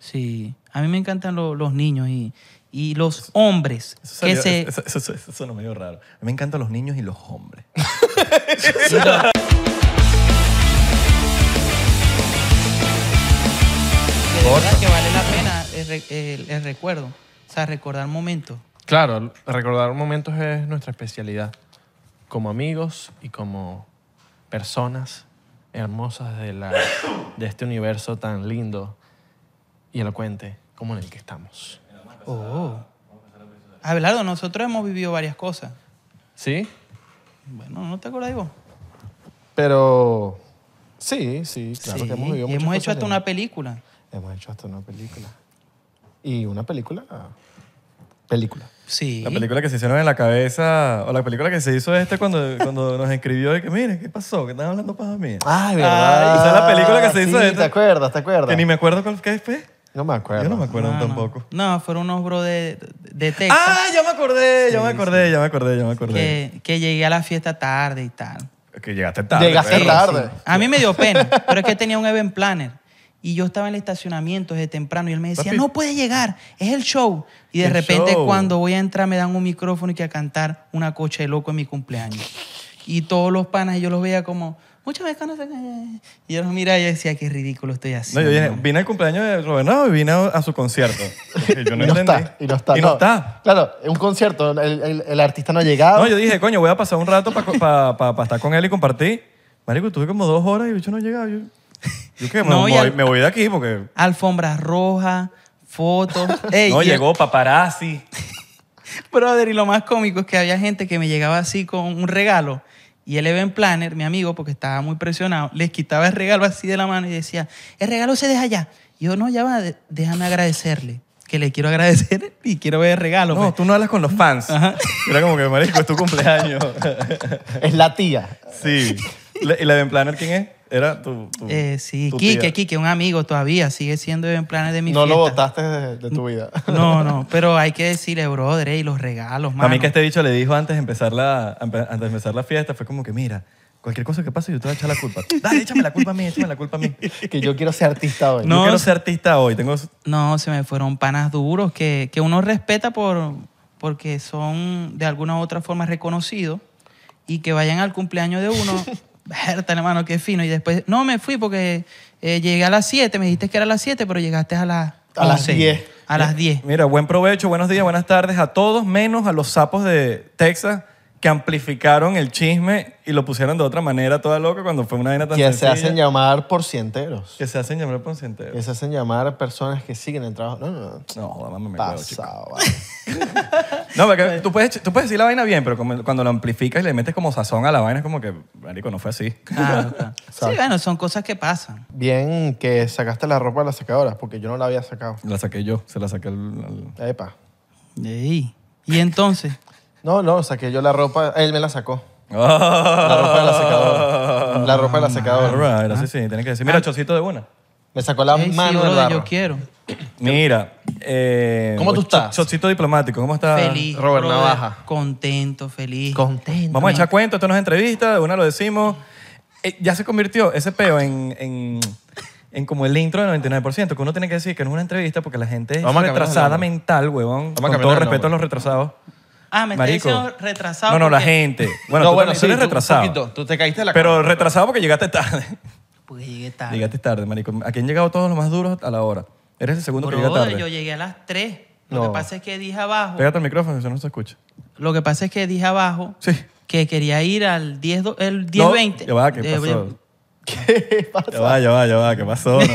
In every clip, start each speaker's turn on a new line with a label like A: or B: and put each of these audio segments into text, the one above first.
A: Sí, a mí me encantan lo- los niños y, y los hombres
B: Eso,
A: que
B: salió-
A: se...
B: eso, eso- eso- eso suena medio raro. A mí me encantan los niños y los hombres.
A: y los- que de verdad que vale la pena el, re- el- el recuerdo, o sea, recordar momentos.
C: Claro, recordar momentos es nuestra especialidad. Como amigos y como personas hermosas de, la, de este universo tan lindo y elocuente como en el que estamos.
A: Oh. Abelardo, nosotros hemos vivido varias cosas.
C: ¿Sí?
A: Bueno, ¿no te acuerdas de vos?
C: Pero sí, sí, claro
A: Sí,
C: que hemos vivido
A: y
C: muchas
A: hemos hecho
C: cosas
A: hasta
C: lindas.
A: una película.
C: Hemos hecho hasta una película. Y una película. Película.
A: Sí.
B: La película que se hicieron en la cabeza, o la película que se hizo este cuando, cuando nos escribió de que, mire, ¿qué pasó? ¿Qué están hablando paja mía?
A: Ah,
C: Ay,
B: Ay, esa es la película que se hizo
C: Ah, Sí,
B: esta.
C: ¿Te acuerdas? ¿Te acuerdas?
B: Que ni me acuerdo cuál qué fue.
C: No me acuerdo.
B: Yo no me acuerdo
A: No, no.
B: tampoco.
A: No, fueron unos bro de, de Texas
B: Ah, ya me acordé, ya me acordé, ya me acordé, ya me acordé.
A: que, que llegué a la fiesta tarde y tal.
B: Que llegaste tarde.
C: Llegaste
B: perro.
C: tarde. Tarde.
A: A mí me dio pena, pero es que tenía un event planner. Y yo estaba en el estacionamiento desde temprano y él me decía,
B: Papi.
A: no puedes llegar, es el show. Y de
B: El
A: repente
B: show.
A: cuando voy a entrar me dan un micrófono y que a cantar una coche de loco en mi cumpleaños. Y todos los panas, yo los veía como, muchas veces no sé qué". Y yo los miraba y yo decía, qué ridículo estoy
B: No,
A: haciendo.
B: yo vine, vine al cumpleaños de Roberto y vine a, a su concierto. Porque Yo no
C: y no
B: entendí.
C: está, y no está.
B: Y no está.
C: Claro, en un concierto, el, el- el artista no ha
A: Ah.
C: llegado.
B: No, yo dije, coño, voy a pasar un rato para estar con él y compartir. Marico, tuve como dos horas y el bicho no llegaba. Yo, yo que me,
A: No, y
B: voy,
A: al-
B: me voy de aquí porque...
A: Alfombras rojas, fotos. Ey,
B: no,
A: y-
B: llegó paparazzi.
A: Brother, y lo más cómico es que había gente que me llegaba así con un regalo y el event planner, mi amigo, porque estaba muy presionado, les quitaba el regalo así de la mano y decía, el regalo se deja allá. Y yo, no, ya va, de- déjame agradecerle, que le quiero agradecer y quiero ver el regalo.
B: No,
A: pues".
B: tú no hablas con los fans. Era como que, marico, es tu cumpleaños.
C: Es la tía.
B: sí. Le- ¿Y la de Planner quién es? Era tu... tu-
A: Eh, sí,
B: tu
A: Quique,
B: tía.
A: Quique, un amigo todavía, sigue siendo event planner de mi
C: No lo
A: fiesta.
C: votaste de, de tu vida.
A: No, no, pero hay que decirle, brother, y los regalos,
B: Para mí
A: mano.
B: que este bicho le dijo antes de empezar la, empe- antes de empezar la fiesta, fue como que, mira, cualquier cosa que pase yo te voy a echar la culpa. Dale, échame la culpa a mí, échame la culpa a mí.
C: Que yo quiero ser artista hoy.
A: No,
B: yo quiero
A: sí.
B: ser artista hoy. Tengo...
A: No, se me fueron panas duros que, que uno respeta por, porque son de alguna u otra forma reconocidos y que vayan al cumpleaños de uno. Berta, hermano, qué fino. Y después, no, me fui porque eh, llegué a las 7, me dijiste que era a las 7, pero llegaste a las
C: A las
A: 11,
C: 10.
A: A las 10.
B: Mira, buen provecho, buenos días, buenas tardes a todos, menos a los sapos de Texas que amplificaron el chisme y lo pusieron de otra manera toda loca cuando fue una vaina tan
C: Que se
B: sencilla.
C: hacen llamar por cienteros.
B: Que se hacen llamar por entero.
C: Que se hacen llamar personas que siguen el trabajo. No, no, no.
B: No, joda, mami, me acuerdo, chico.
C: Pasado. vale.
B: No, porque tú puedes, tú puedes decir la vaina bien, pero como- cuando lo amplificas y le metes como sazón a la vaina, es como que, marico, no fue así.
A: Claro, claro. Sí,
C: Exacto.
A: bueno, son cosas que pasan.
C: Bien que sacaste la ropa de la secadora, porque yo no la había sacado.
B: La saqué yo, se la saqué al... al-
C: Epa.
A: Ey. Y entonces,
C: No, no, saqué yo la ropa. Él me la sacó.
B: Ah.
C: La ropa de la secadora. Ah. La ropa de la secadora.
B: All Ah, right, así sí, tienes que decir. Mira, chocito de una.
C: Me sacó la
A: ey, sí,
C: mano del
A: brother,
C: barro.
A: yo quiero.
B: Mira. eh,
C: ¿Cómo tú
B: cho-
C: estás?
B: Chocito diplomático, ¿cómo estás?
A: Feliz.
C: Ah, Robert
A: brother.
C: Navaja.
A: Contento, feliz.
C: Contento.
B: Vamos a echar cuentos, esto no es entrevista, de una lo decimos. Eh, ya se convirtió ese peo en, en, en como el intro del 99%, que uno tiene que decir que no es una entrevista porque la gente es
C: Vamos a cambiar el
B: retrasada
C: nombre.
B: mental, huevón. Con
C: a cambiar
B: todo
C: el
B: respeto
C: nombre.
B: a los retrasados.
A: Ah, me estás
B: Marico.
A: diciendo retrasado.
B: No, no, la
A: porque-
B: gente. Bueno,
C: No,
B: tú,
C: bueno,
B: también- tú
C: sí,
B: eres
C: tú un
B: retrasado.
C: poquito. Tú te caíste de la
B: Pero retrasado porque llegaste tarde.
A: Porque Pues llegué tarde.
B: Llegaste tarde, marico. Aquí han llegado todos los más duros a la hora. Eres el segundo que llega
A: Brother,
B: tarde.
A: yo llegué a las 3. Lo
C: No.
A: que pasa es que dije abajo.
B: Pégate al micrófono, eso no se escucha.
A: Lo que pasa es que dije abajo
B: Sí.
A: que quería ir al 10, do- el 10-20.
B: ya va, ¿qué
A: Eh,
B: pasó?
C: ¿Qué
B: Ya
C: pasa?
B: va, ya va, ya va, ¿qué pasó? No,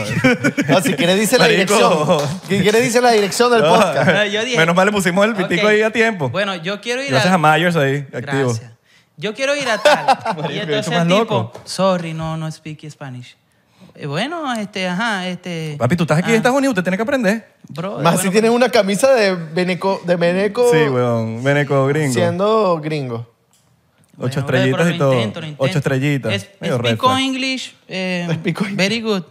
C: No, si quieres dice la
B: Marico.
C: dirección. Si quieres dice la dirección del
B: Ya va.
C: podcast.
A: No, yo dije-
B: Menos mal le pusimos el pitico
A: Ok.
B: ahí a tiempo.
A: Bueno, yo quiero ir
B: Gracias
A: a.
B: a Myers ahí, activo.
A: Gracias. Yo quiero ir a tal. y
B: Marico,
A: entonces
B: bicho más
A: el tipo,
B: loco.
A: sorry, no, no speak Spanish. Eh, Bueno, este, ajá, este.
B: Papi, tú estás aquí
A: ah,
B: en Estados Unidos, usted tiene que aprender.
A: Bro,
C: Más si
A: bueno,
C: tienes una camisa de Beneco, de Beneco
B: Sí, weón, veneco gringo.
C: siendo gringo.
A: bueno,
B: Ocho
A: brother,
B: estrellitas
A: pero
B: y
A: lo
B: todo.
A: intento, lo intento.
B: Ocho estrellitas.
A: Es-
B: Medio red
A: Speak
B: flag.
A: English. eh,
C: Speak English.
A: Very good.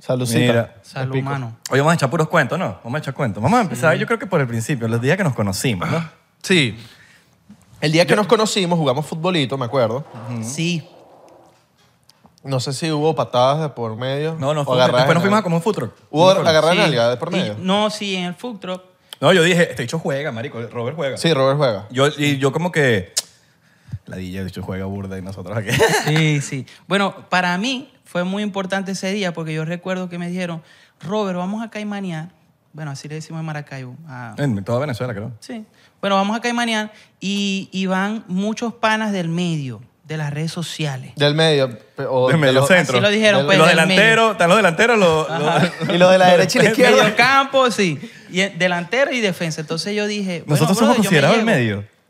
C: Salucita.
B: Mira.
A: Salud,
C: Explico.
A: mano.
B: Hoy vamos a echar puros cuentos, ¿no? Vamos a echar cuentos. Vamos a empezar, yo creo que por el principio, los días que nos conocimos, ¿no?
C: Ah. Sí. El día que nos conocimos jugamos futbolito, me acuerdo.
A: Sí.
C: No sé si hubo patadas de por medio.
B: No, no,
C: o
B: fue-
C: agarradas
B: después nos
C: de
B: fuimos a
C: nalga.
B: comer un food truck.
C: ¿Hubo
B: Un food truck.
C: agarrar
A: Sí.
C: nalga de por medio?
A: Y- no, sí, en el food truck.
B: No, yo dije, este dicho juega, marico. Robert juega.
C: Sí, Robert juega.
B: Yo, y yo como que... La DJ, de hecho, juega burda y nosotros aquí.
A: Sí, sí. Bueno, para mí fue muy importante ese día porque yo recuerdo que me dijeron, Robert, vamos a caimanear. Bueno, así le decimos en Maracaibo. a-
B: en toda Venezuela, creo.
A: Sí. Bueno, vamos a caimanear y, y van muchos panas del medio, de las redes sociales.
C: Del medio. pe- O
B: Del
C: de
B: medio
C: los-
B: centro.
A: así lo dijeron,
C: del-
A: pues,
B: los
A: del
B: delanteros, están los delanteros, los...
C: Y los de la derecha y la izquierda.
A: Medio campo, sí. Y en- delantero y defensa. Entonces yo dije. bueno,
B: Nosotros
A: brother, yo
B: somos
A: me
B: considerados el
A: llevo.
B: medio.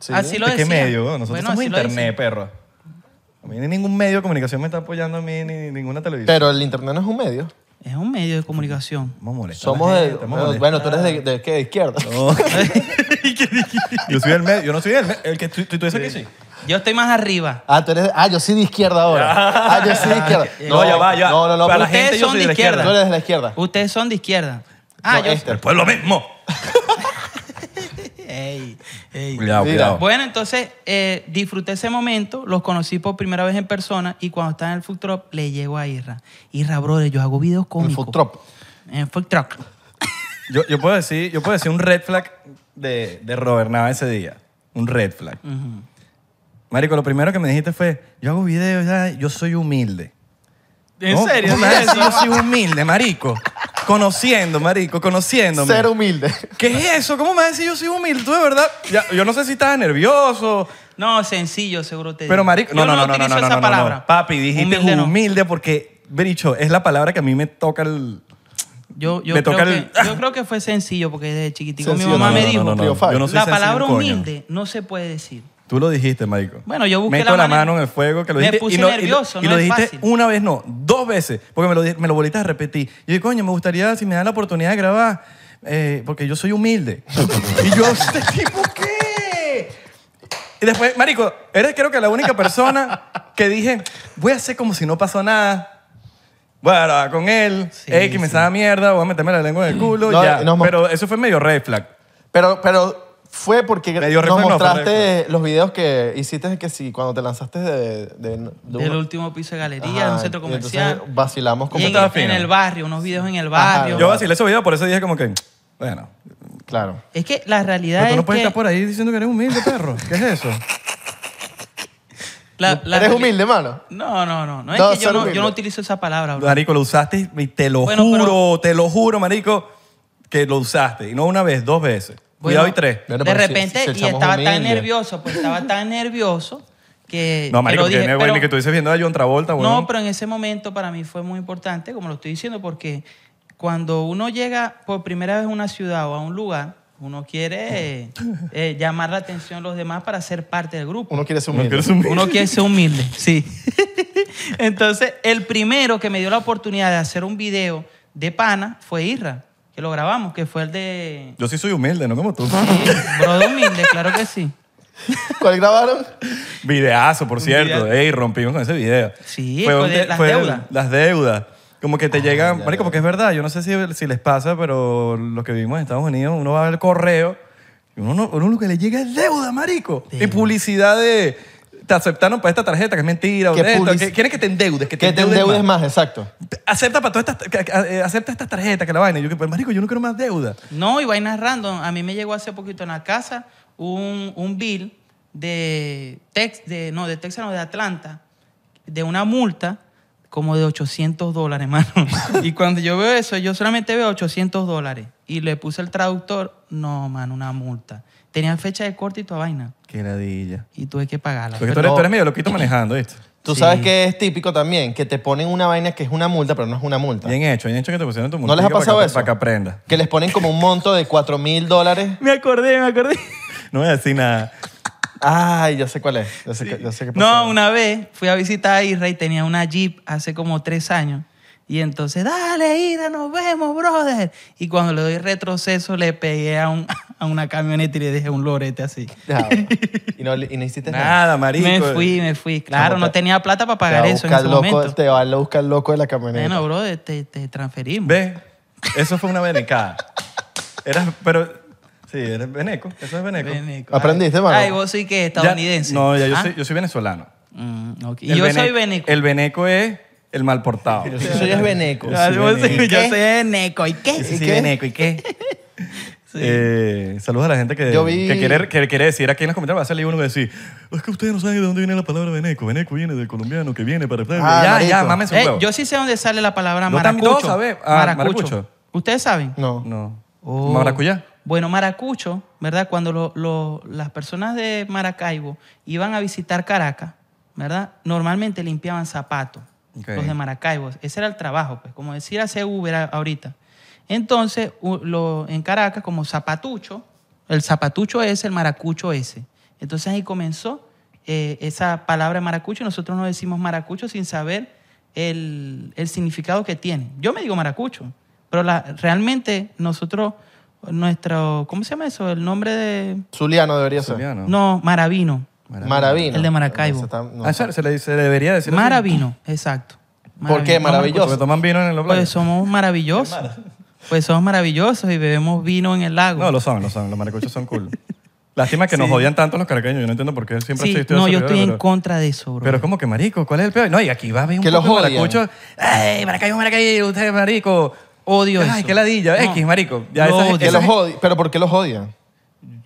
C: Sí.
A: Así lo
B: ¿De qué
A: decían.
B: medio? weón? Nosotros
A: Bueno,
B: somos
A: así lo
B: internet,
A: dicen.
B: perro. A mí ni ningún medio de comunicación me está apoyando a mí, ni ninguna televisión.
C: Pero el internet no es un medio.
A: Es un medio de comunicación.
B: Vamos a molestar a la
C: Somos
B: gente,
C: de. eh,
B: vamos a molestar.
C: Bueno, tú eres de, de, ¿qué? de izquierda.
B: No. yo soy el medio, yo no soy el medio. El que tú, tú, tú dices que sí.
A: Yo estoy más arriba.
C: Ah, tú eres. de- Ah, yo soy de izquierda ahora. Ah, yo soy de izquierda.
B: No, ya va, ya.
C: No, no, no.
B: Para la
C: pero
A: ustedes
B: gente yo
A: son
B: soy
A: de
B: de la izquierda.
A: izquierda.
C: Tú eres de la izquierda.
A: Ustedes son de izquierda. Ah,
C: No,
A: yo.
C: este.
B: El pueblo mismo.
A: Ey, ey.
B: Cuidado,
C: Mira.
B: cuidado.
A: Bueno, entonces eh, disfruté ese momento, los conocí por primera vez en persona y cuando estaba en el food truck le llego a Irra. Irra, brother, yo hago videos
C: El
A: cómicos.
C: food truck.
A: En el food truck.
B: Yo, yo puedo decir, yo puedo decir un red flag de, de Robert Nava ese día. Un red flag. Marico, lo primero que me dijiste fue, yo hago videos, ya, yo soy humilde.
A: ¿En
B: ¿Cómo-
A: serio?
B: cómo me vas a
A: ¿Sí?
B: decir yo soy humilde, marico? Conociendo, marico, conociéndome.
C: Ser humilde.
B: ¿Qué es eso? ¿Cómo me vas a decir yo soy humilde? Tú de verdad, ya, yo no sé si estabas nervioso,
A: No, sencillo, seguro te
B: pero
A: digo.
B: marico, no,
A: Yo
B: no, no, no, no,
A: utilizo
B: no, no,
A: esa
B: no,
A: palabra.
B: no. Papi, dijiste humilde,
A: Humilde no.
B: porque, Bricho, es la palabra que a mí me toca el...
A: Yo, yo,
B: Me
A: creo
B: toca
A: que,
B: el-
A: yo creo que fue sencillo porque desde chiquitico
C: Sencillo,
A: mi mamá
C: no,
A: me
C: no, no,
A: dijo
C: no, no. Yo no
B: soy
A: la
B: sencillo,
A: palabra
B: coño".
A: humilde no se puede decir.
B: Tú lo dijiste, marico.
A: Bueno, yo busqué
B: Meto
A: la
B: la,
A: manera.
B: mano en el fuego que lo
A: Me
B: dijiste.
A: puse
B: y no-
A: nervioso,
B: y
A: no
B: lo, y lo
A: es
B: dijiste
A: fácil.
B: una vez, no, dos veces, porque me lo, di- me lo volviste a repetir. Y dije, coño, me gustaría, si me dan la oportunidad de grabar, eh, porque yo soy humilde. y yo, ¿este tipo qué? Y después, marico, eres creo que la única persona que dije, voy a hacer como si no pasó nada. Voy a grabar con él,
A: Sí,
B: Ey, que me
A: sí.
B: sabe mierda, voy a meterme la lengua en el culo,
C: No,
B: ya.
C: no, mo-
B: Pero eso fue medio red flag.
C: Pero, pero fue porque
B: Medio
C: nos
B: reflejo, no, fue
C: mostraste los videos que hiciste que sí, cuando te lanzaste de... de, de
A: Del
C: un-
A: último piso de galería,
C: Ajá,
A: de un centro
C: y entonces
A: comercial.
C: vacilamos
A: Y
C: como...
A: en,
B: estaba
A: en
B: fino?
A: el barrio, unos videos en el barrio.
B: Yo vacilé ese video, por eso dije como que, bueno,
C: Claro.
A: Es que la realidad
B: Pero tú
A: es
B: no puedes
A: que...
B: estar por ahí diciendo que eres humilde, perro. ¿Qué es eso?
A: la- la
C: ¿Eres
A: reali-
C: humilde, mano?
A: No, no, no. No es
C: No,
A: que yo
C: ser
A: no,
C: humilde.
A: yo no utilizo esa palabra, bro.
B: Marico, lo usaste y te lo
A: Bueno,
B: juro,
A: pero-
B: te lo juro, marico, que lo usaste. Y no una vez, dos veces.
A: Bueno,
B: Cuidado y tres.
C: Pero
A: de
C: si-
A: repente,
C: si el
A: y
C: chamo es
A: estaba tan
C: humilde.
A: nervioso, pues estaba tan nervioso que...
B: No,
A: que
B: marico,
A: lo
B: que,
A: dije,
B: me-
A: pero-
B: ni que tú dices viendo a John Travolta, weón.
A: No, pero en ese momento para mí fue muy importante, como lo estoy diciendo, porque cuando uno llega por primera vez a una ciudad o a un lugar, uno quiere eh, eh, llamar la atención de los demás para ser parte del grupo.
C: Uno quiere ser
B: No, que
C: humilde.
B: eres humilde.
A: Uno quiere ser humilde, sí. Entonces, el primero que me dio la oportunidad de hacer un video de pana fue Irra, que lo grabamos, que fue el de...
B: Yo sí soy humilde, no como tú.
A: Bro de humilde, claro que sí.
C: ¿Cuál grabaron?
B: Videazo, por cierto.
A: video.
B: Ey, rompimos con ese video.
A: Sí, fue de las
B: el-
A: deudas.
B: Las deudas. Como que te llegan, marico, porque es verdad, yo no sé si, si les pasa, pero los que vivimos en Estados Unidos, uno va a ver el correo y uno, no- uno lo que le llega es deuda, marico. Y publicidad de, te aceptaron para esta tarjeta, que es mentira, o
C: Que
B: de esto,
C: publici-
B: que quieren que te endeudes, que te
C: Que te
B: endeudes
C: endeudes
B: más.
C: más, exacto.
B: Acepta para todas estas, que- que- eh, acepta estas tarjetas, que la vaina. Y yo que, pues, marico, yo no quiero más deuda.
A: No, y vainas random. A mí me llegó hace poquito en la casa un, un bill de, Tex, de, no, de Texas, no, de Atlanta, de una multa como de 800 dólares, mano. Y cuando yo veo eso, yo solamente veo 800 dólares. Y le puse el traductor, no, mano, una multa. Tenía fecha de corte y toda vaina.
B: Qué ladilla.
A: Y tuve que pagarla.
B: Porque tú eres, tú eres medio loquito manejando, ¿viste?
C: Tú
A: Sí.
C: sabes que es típico también que te ponen una vaina que es una multa, pero no es una multa.
B: Bien hecho, bien hecho que te pusieron tu
C: Ah. ¿No les ha
B: multica para
C: pasado
B: que-
C: eso?
B: Para que aprendas.
C: Que les ponen como un monto de 4 mil dólares.
A: Me acordé, me acordé.
B: No voy a decir nada.
C: Ay, yo sé cuál es. Yo sé, que- yo sé qué pasó.
A: No, una vez fui a visitar a Isra y tenía una Jeep hace como tres años. Y entonces, dale, Isra, nos vemos, brother. Y cuando le doy retroceso, le pegué a, un- a una camioneta y le dejé un lorete así.
C: Ya, y, no, y no hiciste nada.
B: Nada, marico.
A: Me fui, me fui. Claro,
C: eh,
A: no
C: Chamo, te-
A: tenía plata para
C: Te va
A: pagar
C: a
A: eso en
C: buscar
A: ese
C: loco- este
A: momento.
C: Te va a buscar el loco de la camioneta.
A: Bueno, brother, te, te transferimos.
B: Ve, eso fue una venecada. Eras, pero, sí, eres veneco. Eso es veneco.
A: Ven, Nico.
C: ¿Aprendiste, mano?
A: Ay, vos soy que
B: Ya-
A: estadounidense.
B: no, ya yo,
A: Ah,
B: soy, yo soy venezolano.
A: Mm, ok. Y
B: El
A: yo
B: vene-
A: soy veneco.
B: El veneco es el mal portado.
D: Yo soy es veneco.
A: Ah, yo soy-
B: veneco.
A: yo soy veneco. ¿Y qué?
B: Ese sí,
A: ¿Y qué?
B: veneco, ¿y qué? Eh, saludos a la gente que,
C: Yo vi-
B: que, quiere, que quiere decir aquí en los comentarios. Va a salir uno que decir, es que ustedes no saben de dónde viene la palabra veneco. Veneco viene del colombiano que viene para...
C: Ah,
B: ya,
C: marico.
B: ya, mames un
A: Eh,
B: huevo.
A: yo sí sé dónde sale la palabra
B: Yo también-
A: maracucho.
B: todos sabe- ah, maracucho.
A: ¿Ustedes saben?
C: No.
B: No.
A: Oh.
B: ¿Maracuyá?
A: Bueno, Maracucho, ¿verdad? Cuando lo- lo- las personas de Maracaibo iban a visitar Caracas, ¿verdad? Normalmente limpiaban zapatos,
B: Ok.
A: los de Maracaibo. Ese era el trabajo, pues, como decir hacer Uber a- ahorita. Entonces, u- lo- en Caracas, como zapatucho, el zapatucho es el maracucho ese. Entonces ahí comenzó eh, esa palabra maracucho y nosotros no decimos maracucho sin saber el, el significado que tiene. Yo me digo maracucho, pero la- realmente nosotros, nuestro, ¿cómo se llama eso? El nombre de...
C: Zuliano debería ser.
B: Zuliano.
A: No, maravino.
C: Maravino.
A: El de Maracaibo.
C: Ese está- no.
B: Ah, ¿se, se le, se le debería decir así?
A: Maravino, exacto.
C: ¿Por qué?
A: Maravino.
C: Maravilloso.
B: Porque toman vino en la playa.
A: Pues somos maravillosos. Pues somos maravillosos y bebemos vino en el lago.
B: No, lo son, lo son. Los maracuchos son cool. Lástima que nos odian tanto los caraqueños. Yo no entiendo por qué siempre
A: Sí,
B: estoy- estoy
A: no, yo
B: desarrollado,
A: estoy en
B: pero-
A: contra de eso, bro.
B: Pero es como que, marico, ¿cuál es el peor? No, y aquí va a haber un
C: Que los
B: poco de
C: odian.
B: maracucho. ¡Ay, Maracaibo, Maracaibo! ¡Usted, marico!
A: Odio
B: Ay,
A: eso.
B: qué ladilla.
A: No.
B: X, marico. Ya
A: Lo
B: esa-
A: odio.
C: Que
B: esa-
C: los odi- ¿Pero por qué los odian?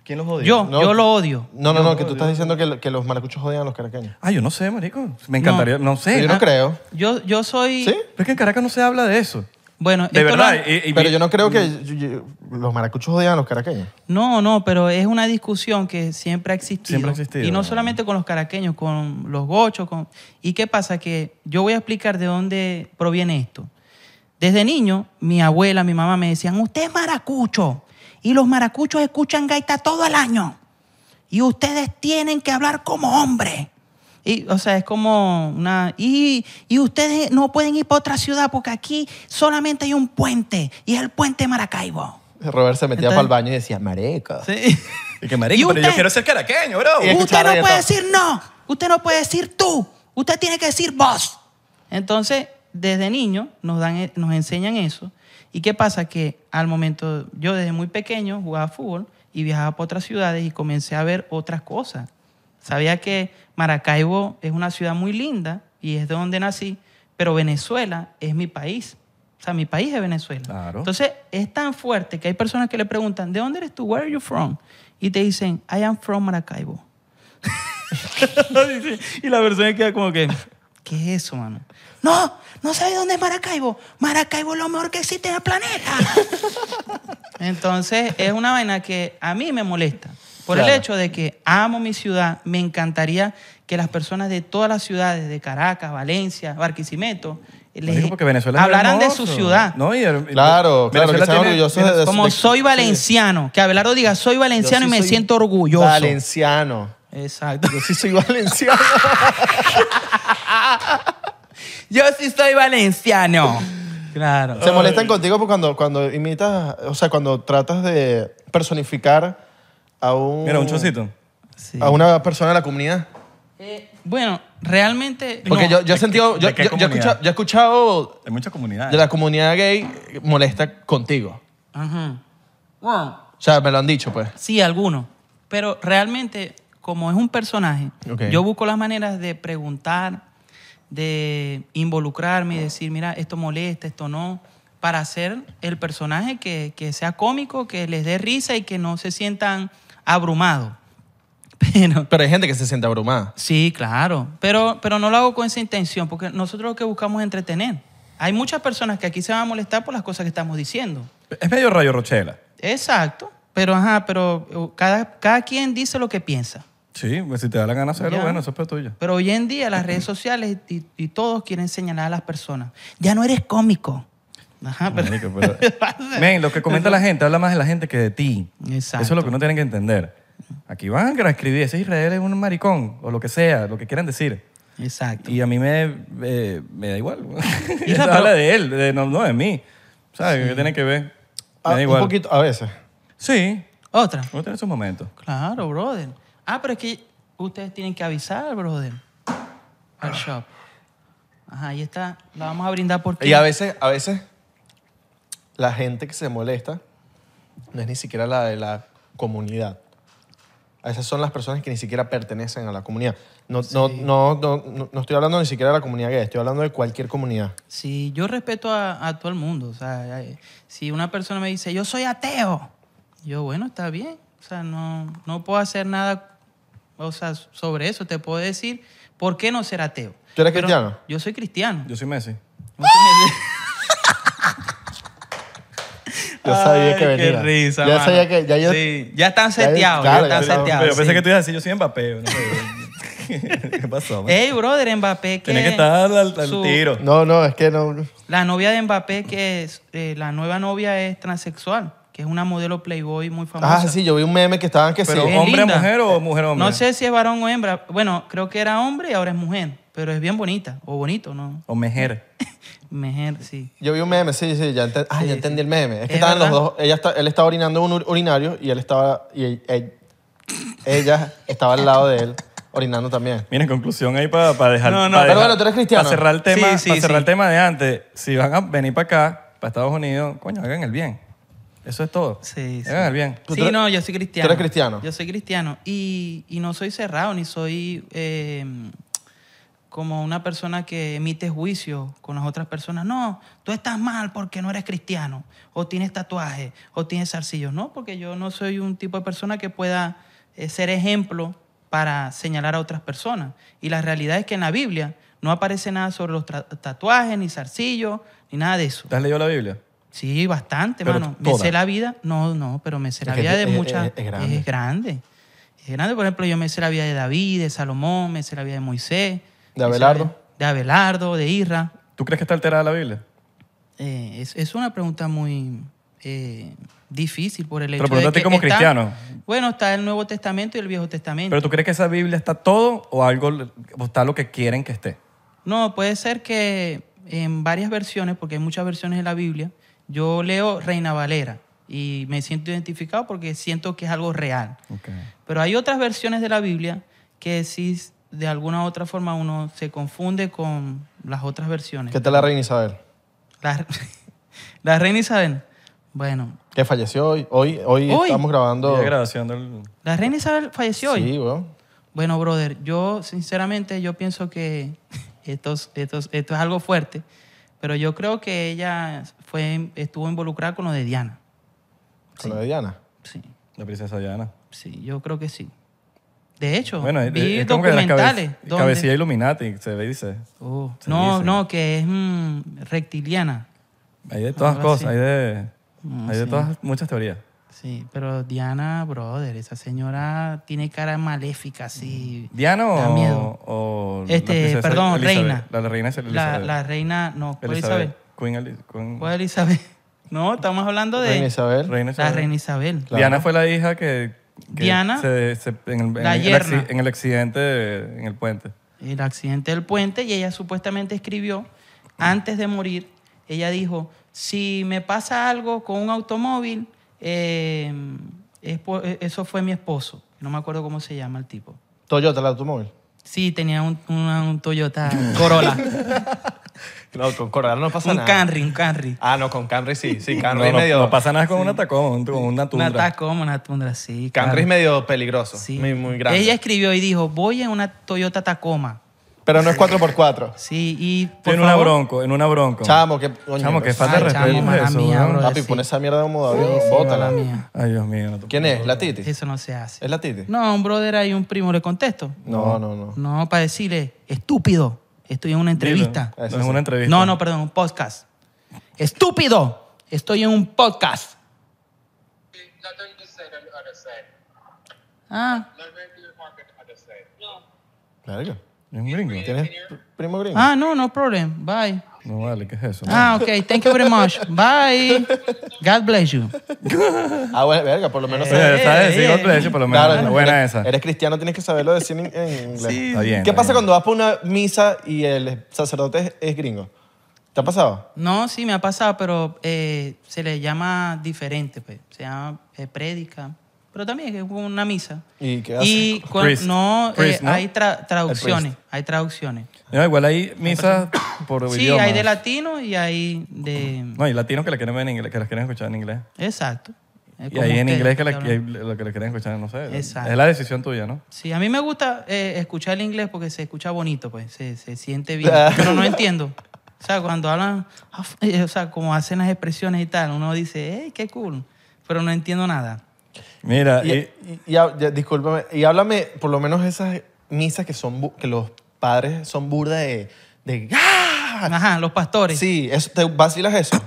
B: ¿Quién los odia?
A: Yo,
C: No.
A: yo lo odio.
C: No, no, no, que tú estás diciendo que, lo- que los maracuchos odian a los caraqueños.
B: Ah, yo no sé, marico. Me encantaría. No, sé.
C: Yo no
B: Ah,
C: creo.
A: Yo, yo soy.
C: ¿Sí?
B: Pero es que en Caracas no se habla de eso.
A: Bueno,
B: De
A: esto lo
B: verdad.
A: han-
B: y- y-
C: Pero yo no creo que yo- yo- los maracuchos odian a los caraqueños.
A: No, no, pero es una discusión que siempre ha existido.
B: Siempre ha existido,
A: Y no
B: ¿no?
A: solamente con los caraqueños, con los gochos. Con... ¿Y qué pasa? Que yo voy a explicar de dónde proviene esto. Desde niño, mi abuela, mi mamá me decían, usted es maracucho. Y los maracuchos escuchan gaita todo el año. Y ustedes tienen que hablar como hombres. Y, o sea, es como una... Y, y ustedes no pueden ir para otra ciudad porque aquí solamente hay un puente. Y es el puente Maracaibo.
C: Robert se metía
A: Entonces-
C: para el baño y decía, mareca.
A: Sí.
B: Y que, marico, pero yo
A: usted?
B: quiero ser caraqueño, bro.
C: Y- escuchar
A: Usted no
C: reggaetón.
A: puede decir no. Usted no puede decir tú. Usted tiene que decir vos. Entonces, desde niño nos, dan, e, nos enseñan eso. ¿Y qué pasa? Que al momento, yo desde muy pequeño jugaba fútbol y viajaba por otras ciudades y comencé a ver otras cosas. Sabía que Maracaibo es una ciudad muy linda y es de donde nací, pero Venezuela es mi país. O sea, mi país es Venezuela.
B: Claro.
A: Entonces, es tan fuerte que hay personas que le preguntan, ¿de dónde eres tú? Where are you from? Y te dicen, I am from Maracaibo. y la persona queda como que, ¿qué es eso, mano? No, no sabes dónde es Maracaibo. Maracaibo es lo mejor que existe en el planeta. Entonces, es una vaina que a mí me molesta. Por el
C: Claro.
A: hecho de que amo mi ciudad, me encantaría que las personas de todas las ciudades, de Caracas, Valencia, Barquisimeto, les
B: Marico, porque Venezuela es
A: hablaran de su
B: hermoso.
A: ciudad.
B: No, y- y-
C: Claro, claro, que
B: Venezuela
C: sean
B: tiene-
C: orgullosos
B: tiene-
C: de
A: Como
C: de-
A: soy
C: sí.
A: valenciano, que Abelardo diga soy
C: Yo
A: valenciano
C: sí
A: y me
C: soy
A: siento orgulloso.
C: Valenciano.
A: Exacto.
C: Yo sí soy valenciano.
A: Yo sí soy valenciano. Claro.
C: Se molestan contigo por cuando, cuando imitas, o sea, cuando tratas de personificar a un...
B: Mira, un chocito.
A: Sí.
C: A una persona de la comunidad.
A: Eh, bueno, realmente.
C: Porque
A: no.
C: yo, yo he sentido, yo,
B: de qué
C: yo- yo he
B: comunidad?
C: escuchado, yo he escuchado
B: Hay muchas comunidades.
C: de la comunidad gay molesta contigo.
A: Ajá. Bueno,
C: O sea, me lo han dicho, pues.
A: Sí, algunos. Pero realmente, como es un personaje,
C: Ok.
A: yo busco las maneras de preguntar, de involucrarme y decir, mira, esto molesta, esto no, para hacer el personaje que, que sea cómico, que les dé risa y que no se sientan abrumados. Pero
C: Pero hay gente que se siente abrumada.
A: Sí, claro. Pero, pero no lo hago con esa intención, porque nosotros lo que buscamos es entretener. Hay muchas personas que aquí se van a molestar por las cosas que estamos diciendo.
B: Es medio rayo Rochela.
A: Exacto. Pero, ajá, pero eh, cada, cada quien dice lo que piensa.
B: Sí, pues, si te da la gana hacerlo,
A: Ya.
B: bueno, eso es tuyo.
A: Pero hoy en día las redes sociales y, y todos quieren señalar a las personas. Ya no eres cómico. Ajá, Ah, pero...
B: Marico, pero- Men, lo que comenta la gente, habla más de la gente que de ti.
A: Exacto.
B: Eso es lo que uno tiene que entender. Aquí van a escribir, ese Israel es un maricón, o lo que sea, lo que quieran decir.
A: Exacto.
B: Y a mí me, eh, me da igual. Eso
A: pero-
B: habla de él, de- no, no de mí. ¿Sabes? ¿Qué tiene que ver? Me
C: Ah,
B: da
C: un
B: igual.
C: poquito, a veces.
B: Sí,
A: Otra.
B: uno tiene sus momentos.
A: Claro, brother. Ah, pero es que ustedes tienen que avisar, brother. Al shop. Ajá, ahí está. La vamos a brindar porque...
C: Y a veces, a veces, la gente que se molesta no es ni siquiera la de la comunidad. A esas son las personas que ni siquiera pertenecen a la comunidad. No, no, no, no, no- no estoy hablando ni siquiera de la comunidad gay, estoy hablando de cualquier comunidad.
A: Sí, yo respeto a, a todo el mundo. O sea, eh, si una persona me dice, yo soy ateo, yo, bueno, está bien. O sea, no, no puedo hacer nada o sea, sobre eso. Te puedo decir, ¿por qué no ser ateo?
C: ¿Tú eres
A: Pero
C: cristiano?
A: Yo soy cristiano.
B: Yo soy Messi.
A: No se me-
C: Yo sabía que
A: Ay,
C: venía.
A: Qué risa,
C: ya
A: mano.
C: sabía que ya yo
A: Sí, ya están
C: ya yo-
A: seteados. Ya,
C: claro, ya
A: están
C: estaba-
B: Pero
A: seteados.
B: yo pensé
A: sí.
B: que tú ibas a decir, yo soy Mbappé. ¿no? ¿Qué pasó? man?
A: Ey, brother, Mbappé.
B: Tenía que estar al, al
A: su-
B: tiro.
C: No, no, es que no
A: La novia de Mbappé, que es eh, la nueva novia, es transexual, que es una modelo Playboy muy famosa.
C: Ah, sí, yo vi un meme que estaban que
B: Pero
C: sí.
A: Es
B: hombre,
A: linda.
B: mujer o mujer, hombre.
A: No sé si es varón o hembra. Bueno, creo que era hombre y ahora es mujer. Pero es bien bonita. O bonito, ¿no?
B: O mujer.
A: Mujer, sí.
C: Yo vi un meme, sí, sí, ya, enten- ah,
A: Sí,
C: ya entendí el meme. Es que
A: Es
C: estaban los
A: verdad.
C: dos, ella está, él estaba orinando en un ur- urinario y él estaba y él- él- ella estaba al lado de él orinando también.
B: Mira, en conclusión ahí para dejar.
A: No, no,
B: pa'
A: pero
B: dejar-
C: bueno, tú eres cristiano.
B: Para cerrar el tema,
A: Sí, sí,
B: para cerrar
A: sí.
B: el tema de antes, si van a venir para acá, para Estados Unidos, coño, hagan el bien. Eso es todo.
A: Sí, sí.
B: Hagan el bien.
C: Tú
A: Sí,
C: eres-
A: no, yo soy cristiano.
C: tú eres cristiano.
A: Yo soy cristiano. Y, y no soy cerrado, ni soy eh, como una persona que emite juicio con las otras personas. No, tú estás mal porque no eres cristiano, o tienes tatuajes, o tienes zarcillos. No, porque yo no soy un tipo de persona que pueda eh, ser ejemplo para señalar a otras personas. Y la realidad es que en la Biblia no aparece nada sobre los tra- tatuajes, ni zarcillos, ni nada de eso.
B: ¿Te has leído la Biblia?
A: Sí, bastante,
B: Pero
A: mano. Me
B: toda.
A: sé la vida. No, no, pero me sé la
C: Es que
A: vida de
C: es- es-
A: muchas.
C: es grande.
A: Es grande. Es grande. Por ejemplo, yo me sé la vida de David, de Salomón, me sé la vida de Moisés.
C: De
A: me sé la
C: Abelardo.
A: vida- De Abelardo, de Isra.
B: ¿Tú crees que está alterada la Biblia?
A: Eh, es, es una pregunta muy eh, difícil por el
B: Te
A: hecho
B: lo
A: de
B: pregunto a ti
A: que
B: como
A: está-
B: cristiano.
A: Bueno, está el Nuevo Testamento y el Viejo Testamento.
B: ¿Pero tú crees que esa Biblia está todo o algo o está lo que quieren que esté?
A: No, puede ser que en varias versiones, porque hay muchas versiones de la Biblia, yo leo Reina Valera y me siento identificado porque siento que es algo real. Pero hay otras versiones de la Biblia que sí, de alguna u otra forma, uno se confunde con las otras versiones.
C: ¿Qué tal la reina Isabel?
A: La, la reina Isabel. Bueno,
C: Que falleció hoy. Hoy, hoy,
A: Hoy.
C: estamos grabando.
B: La grabación del...
A: la reina Isabel falleció hoy.
C: Sí, weón.
A: Bueno, brother, yo sinceramente yo pienso que esto, es- esto es- esto es algo fuerte, pero yo creo que ella fue, estuvo involucrada con lo de Diana.
C: Con la de Diana.
A: Sí,
B: La princesa Diana.
A: sí, yo creo que sí. De hecho,
B: Bueno, es-
A: vi
B: es como que la
A: documentales.
B: cabe-
A: donde-
B: cabecilla Illuminati, se ve, dice.
A: Oh,
B: se
A: no,
B: dice.
A: no, que es mm, rectiliana.
B: Hay de todas
A: Algo
B: cosas,
A: así.
B: hay de,
A: Mm,
B: hay de
A: sí.
B: todas, muchas teorías.
A: Sí, pero Diana, brother, esa señora tiene cara maléfica, sí.
B: ¿Diana
A: Da
B: o,
A: miedo.
B: o la
A: Este,
B: princesa
A: perdón,
B: Elizabeth?
A: reina.
B: La, la reina es
A: La,
B: Elizabeth.
A: la reina, no, ¿cuál
B: Elizabeth.
A: Isabel?
B: Queen Eli- Queen-
A: ¿Cuál Elizabeth? No, estamos hablando de
C: Reina Isabel.
B: reina
A: la
B: Isabel.
A: reina Isabel.
B: Diana fue la hija que... que
A: Diana,
B: se- se- en, el, en
A: la
B: el
A: yerna.
B: acci- en el accidente, de- en el puente.
A: el accidente del puente y ella supuestamente escribió, antes de morir, ella dijo, si me pasa algo con un automóvil, eh, es por- eh, eso fue mi esposo. No me acuerdo cómo se llama el tipo.
C: Toyota, el automóvil.
A: Sí, tenía un, una- un Toyota Corolla,
D: No, con Corral no pasa
A: un
D: nada.
A: Camry, un Camry.
D: Ah, no, con Camry sí. Sí,
B: No,
D: Camry
B: no,
D: es medio.
B: no pasa nada con una tacoma, un- con una tundra.
A: Una Tacoma, una Tundra, sí.
D: Camry
A: claro.
D: es medio peligroso.
A: Sí.
D: Muy, muy grande.
A: Ella escribió y dijo, voy en una Toyota Tacoma.
C: Pero no es 4x4.
A: Sí, y por
B: En una
A: favor-
B: bronco, en una bronco.
C: Chamo, que. coño,
B: Chamo, que falta de
A: Ay,
B: respeto.
A: chamo, mala
B: eso,
A: mía,
B: weón.
A: bro.
C: Ah, Papi,
A: sí.
C: pon esa mierda de un modo de avión,
A: Sí,
C: bótala.
A: mala mía.
B: Ay, Dios mío. no te-
C: ¿Quién es? ¿La Titi?
A: Eso no se hace.
C: ¿Es la Titi?
A: No, un brother hay un primo, le contesto.
C: No, no, no.
A: No, para decirle, estúpido, estoy en una entrevista.
B: Dilo. No es una entrevista.
A: No, no, perdón, un podcast. Estúpido, estoy en un podcast.
E: Nothing to say on the other side.
A: Ah,
E: Nothing to talk on the other side.
C: Verga.
B: Es un gringo.
C: ¿Tienes primo gringo?
A: ah, no, no problem, bye.
B: No vale, ¿qué es eso?
A: Ah, ok, thank you very much, bye. God bless you.
C: Ah, bueno, verga, por lo menos.
B: Oye,
C: sabes-
B: ¿Sabes decir
A: eh,
B: God bless you, por lo menos?
C: Claro,
B: Está buena
C: eres,
B: esa.
C: eres cristiano, tienes que saberlo decir en, en inglés.
B: Está bien,
C: ¿Qué
B: está
C: pasa
B: bien.
C: cuando vas por una misa y el sacerdote es, es gringo? ¿Te ha pasado?
A: No, sí, me ha pasado, pero eh, se le llama diferente, pues. Se llama eh, prédica. Pero también es como una misa.
C: ¿Y qué
A: Y
B: hace?
A: cua-
B: Priest.
A: no, eh,
B: Priest, ¿no?
A: hay tra- traducciones, hay traducciones.
B: No, igual hay misas por
A: Sí,
B: idiomas.
A: hay de latino y hay de...
B: No, hay latinos que la quieren ver en inglés, que las quieren escuchar en inglés.
A: Exacto. Eh,
B: Y
A: como
B: ahí en
A: ustedes,
B: inglés que,
A: porque
B: la-
A: hablan-
B: lo que le quieren escuchar, no sé.
A: Exacto.
B: Es la decisión tuya, ¿no?
A: Sí, a mí me gusta eh, escuchar el inglés porque se escucha bonito, pues, se, se siente bien.
C: Ah.
A: Pero no entiendo. O sea, cuando hablan, eh, o sea, como hacen las expresiones y tal, uno dice, ¡hey, qué cool! Pero no entiendo nada.
B: Mira,
C: Y,
B: y,
C: y- y hab- ya, discúlpame, y háblame por lo menos esas misas que son bu- que los padres son burda de, de ¡ah!
A: Ajá, los pastores.
C: Sí, eso, ¿te vacilas eso?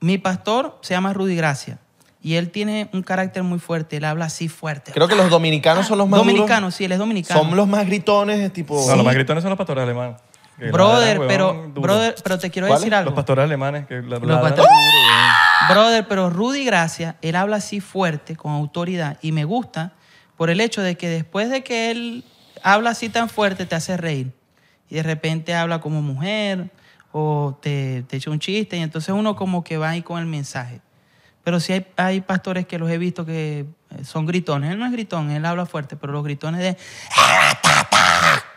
A: Mi pastor se llama Rudy Gracia y él tiene un carácter muy fuerte, él habla así fuerte.
C: Creo que los dominicanos son los más duros.
A: Ah, dominicanos, sí, él es dominicano.
C: Son los más gritones, tipo...
B: no, los más gritones son los pastores alemanes. Que
A: Brother,
B: ladran,
A: pero,
B: huevón, duro.
A: brother, pero te quiero
C: ¿Cuáles?
A: decir algo.
B: Los pastores alemanes que la-
A: Los
B: ladran ¡Oh!
A: pastores-
B: duro, huevón.
A: Brother, pero Rudy Gracia, él habla así fuerte, con autoridad, y me gusta por el hecho de que después de que él habla así tan fuerte, te hace reír. Y de repente habla como mujer o te, te echa un chiste, y entonces uno como que va ahí con el mensaje. Pero sí hay, hay pastores que los he visto que eh, son gritones. Él no es gritón, él habla fuerte, pero los gritones de...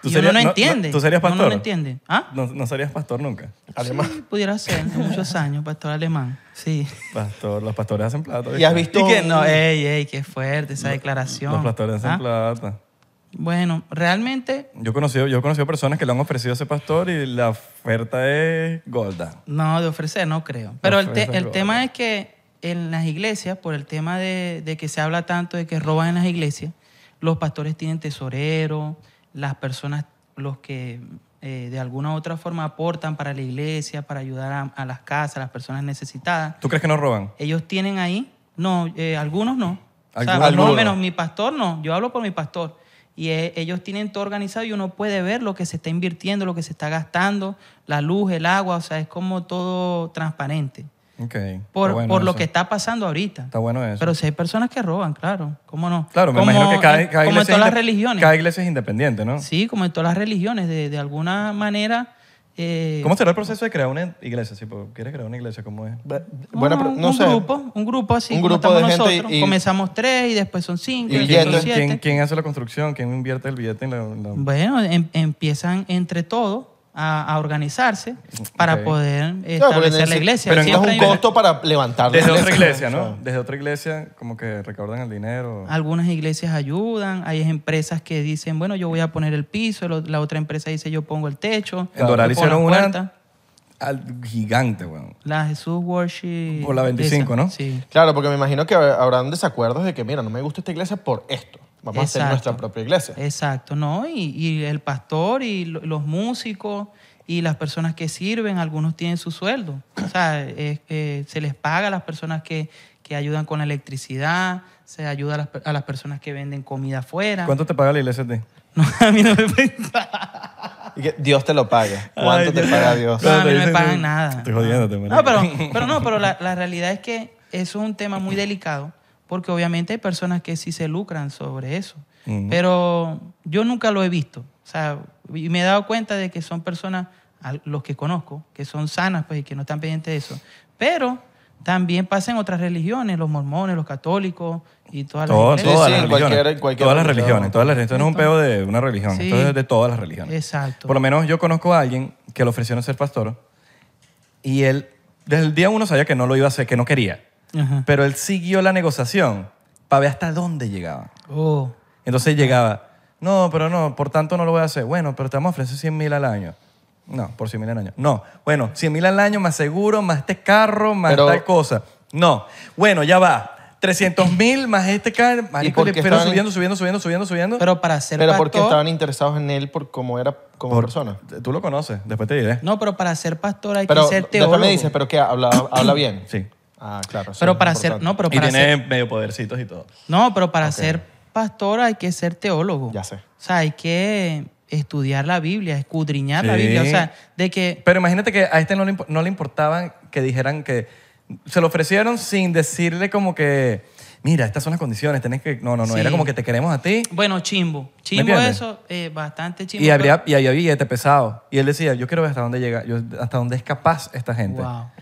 B: ¿Tú
A: y
B: serías-
A: uno
B: no-
A: no
B: no-
A: entiende.
B: ¿Tú serías
A: Uno
B: pastor?
A: no entiende. ¿Ah?
B: No, no serías pastor nunca.
C: Además,
A: Sí, pudiera ser, en muchos años, pastor alemán. Sí.
B: Pastor, los pastores hacen plata.
C: ¿Y has
B: ¿viste?
C: visto
A: Y que no,
C: un-
A: ey, ey, qué fuerte esa declaración.
B: Los pastores hacen
A: ¿Ah?
B: plata.
A: Bueno, realmente,
B: Yo he, conocido, yo he conocido personas que le han ofrecido a ese pastor y la oferta es golda.
A: no, de ofrecer no creo. Pero el, te-
B: ofrecer,
A: el
B: claro.
A: tema es que en las iglesias, por el tema de, de que se habla tanto de que roban en las iglesias, los pastores tienen tesoreros, las personas, los que eh, de alguna u otra forma aportan para la iglesia, para ayudar a, a las casas, a las personas necesitadas,
B: ¿Tú crees que no roban?
A: ellos tienen ahí, no, eh, algunos no. O sea,
B: Algunos.
A: por lo
B: Algunos.
A: menos mi pastor no, yo hablo por mi pastor. Y eh, ellos tienen todo organizado y uno puede ver lo que se está invirtiendo, lo que se está gastando, la luz, el agua, o sea, es como todo transparente.
B: Ok.
A: Por,
B: Está bueno
A: por lo
B: eso.
A: que está pasando ahorita.
B: Está bueno eso.
A: Pero si hay personas que roban, claro, ¿cómo no?
B: claro, me
A: Como
B: imagino que cada,
A: en- Como
B: cada
A: en
B: iglesia
A: todas
B: es
A: las
B: inde-
A: religiones.
B: Cada iglesia es independiente, ¿no?
A: Sí, como en todas las religiones, de, de alguna manera... eh,
B: ¿Cómo será el proceso de crear una iglesia? Si po- quieres crear una iglesia, ¿cómo es?
C: Bu- Buena,
A: no,
C: pre-
A: un,
C: no
A: un
C: sé.
A: grupo, un grupo así.
C: Un
A: como
C: grupo de
A: estamos
C: gente
A: nosotros.
C: y-
A: Comenzamos tres y después son cinco.
C: y
A: Y después
C: billetes.
A: son
B: ¿Quién,
A: siete.
B: quién, quién hace la construcción? ¿Quién invierte el billete en la- en la-
A: Bueno, em- empiezan entre todos a, a organizarse para
B: Ok.
A: poder
C: Claro, porque
A: establecer la
C: neces-
A: iglesia.
C: pues,
A: Siempre
C: Pero necesitas un
A: hay
C: costo para levantarlo.
B: Desde otra iglesia, ¿no? Desde otra iglesia, como que recaudan el dinero.
A: Algunas iglesias ayudan, hay empresas que dicen, bueno, yo voy a poner el piso, el o- la otra empresa dice, yo pongo el techo.
B: En Doral
A: yo pongo
B: hicieron
A: la
B: una-
A: puerta.
B: Al gigante, weón.
A: La Jesús Worship.
B: Por la 25,
A: esa,
B: ¿no?
A: Sí.
C: Claro, porque me imagino que hab- habrán desacuerdos de que, mira, no me gusta esta iglesia por esto. Vamos a hacer
A: Exacto. Eh,
C: nuestra propia iglesia.
A: Exacto, ¿no? Y, y el pastor y lo- los músicos y las personas que sirven, algunos tienen su sueldo. O sea, es que se les paga a las personas que, que ayudan con la electricidad, se ayuda a las, per- a las personas que venden comida afuera.
B: ¿Cuánto te paga la iglesia a ti?
A: No, a mí no me pagan.
C: Y que Dios te lo pague. ¿Cuánto te paga Dios?
A: No, a mí no me
B: Dicen,
A: pagan nada.
B: Estoy jodiéndote,
A: No,
B: marico.
A: pero, pero no, pero la, la realidad es que eso es un tema muy delicado, porque obviamente hay personas que sí se lucran sobre eso.
B: Ujú.
A: Pero yo nunca lo he visto. O sea, y me he dado cuenta de que son personas, al- los que conozco, que son sanas pues, y que no están pendientes de eso. Pero también pasa en otras religiones, los mormones, los católicos y todas las
B: Todo-
A: iglesias.
B: todas
C: Sí,
B: las
C: sí,
B: religiones.
C: cualquier- cualquier
B: todas las
C: religión.
B: religiones. Todas las religiones. Esto no es un peo de una religión.
A: Sí.
B: Esto es de todas las religiones.
A: Exacto.
B: Por lo menos yo conozco a alguien que le ofrecieron ser pastor y él, desde el día uno sabía que no lo iba a hacer, que no quería.
A: Ajá.
B: Pero él siguió la negociación para ver hasta dónde llegaba.
A: Oh,
B: Entonces llegaba, no, pero no, por tanto no lo voy a hacer. Bueno, pero te vamos a ofrecer 100 mil al año. No, por 100 mil al año. No, bueno, 100 mil al año más seguro, más este carro, más
C: Pero-
B: tal cosa. No, bueno, ya va. 300 mil más este carro. Marico,
C: por
B: le-
C: qué
B: pero
C: estaban-
B: subiendo, subiendo, subiendo, subiendo, subiendo.
A: pero para ser
C: Pero
A: pastor...
C: porque estaban interesados en él por cómo era como
B: Por-
C: persona.
B: Tú lo conoces, después te diré.
A: No, pero para ser pastor hay
C: Pero
A: que ser teólogo.
C: después me dices, pero que habla, habla bien.
B: Sí.
C: Ah, claro. eso
A: Pero
C: es
A: para ser...
C: importante.
A: No, pero
B: Y
A: para
B: tiene
A: ser...
B: medio podercitos y todo.
A: No, pero para ser pastor hay que ser teólogo.
C: Ya sé.
A: O sea, hay que estudiar la Biblia, escudriñar la
B: Sí.
A: Biblia. O sea, de que...
B: Pero imagínate que a este no le, impo- no le importaban que dijeran que se lo ofrecieron sin decirle como que, mira, estas son las condiciones, tenés que... No, no, no,
A: Sí.
B: era como que te queremos a ti.
A: Bueno, chimbo. Chimbo
B: entiendes?
A: eso, eh, bastante chimbo.
B: Y, habría,
A: pero-
B: y había billete pesado. Y él decía, yo quiero ver hasta dónde llega, yo- hasta dónde es capaz esta gente.
A: Wow.
B: Y-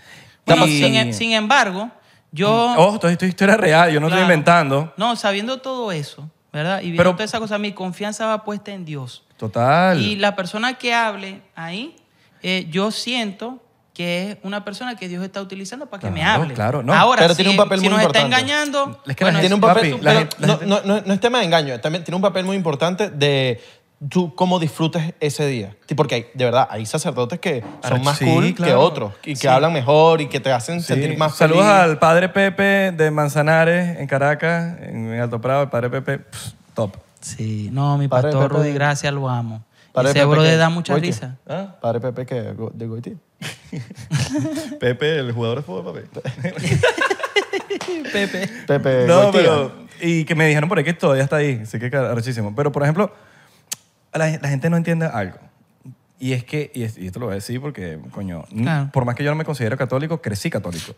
A: Bueno, sin, e-, sin embargo, yo...
B: Mm, Ojo, esto, esto es historia real, yo no
A: Claro.
B: estoy inventando.
A: No, sabiendo todo eso, ¿verdad? Y viendo
B: Pero-
A: toda esa cosa, mi confianza va puesta en Dios.
B: Total.
A: Y la persona que hable ahí, eh, yo siento que es una persona que Dios está utilizando para que me
B: Claro,
A: hable.
B: claro, no.
A: Ahora,
C: Pero
A: si,
C: tiene un papel
A: si
C: muy
A: nos está
C: importante.
A: engañando,
B: Es que la gente-
C: tiene un
B: papi,
C: papel.
B: la
C: pero
B: gente- la
C: no,
B: gente-
C: no- no- no es tema de engaño, también tiene un papel muy importante de tú cómo disfrutes ese día. Sí, Porque hay- de verdad, hay sacerdotes que son más
B: Sí,
C: cool que
B: claro.
C: otros y que hablan mejor y que te hacen
B: Sí.
C: sentir más
B: Saludos
C: feliz.
B: al padre Pepe de Manzanares, en Caracas, en Alto Prado. El padre Pepe, pff, top.
A: Sí, no, mi
C: Padre
A: pastor
C: Pepe-
A: Rudy Gracia lo amo.
C: Padre
A: Ese
C: Pepe
A: bro
C: que-
A: da mucha
C: Goiti.
A: risa.
B: ¿Ah?
C: Padre Pepe que go- de Goiti.
B: Pepe, el jugador de fútbol, Pepe.
A: Pepe.
C: Pepe
B: no,
C: Goitia.
B: pero. Y que me dijeron por ahí que todavía está ahí, así que carachísimo. Pero, por ejemplo, la, la gente no entiende algo. Y es que, y, es- y esto lo voy a decir porque, coño, n-
A: Claro.
B: por más que yo no me considero católico, crecí católico.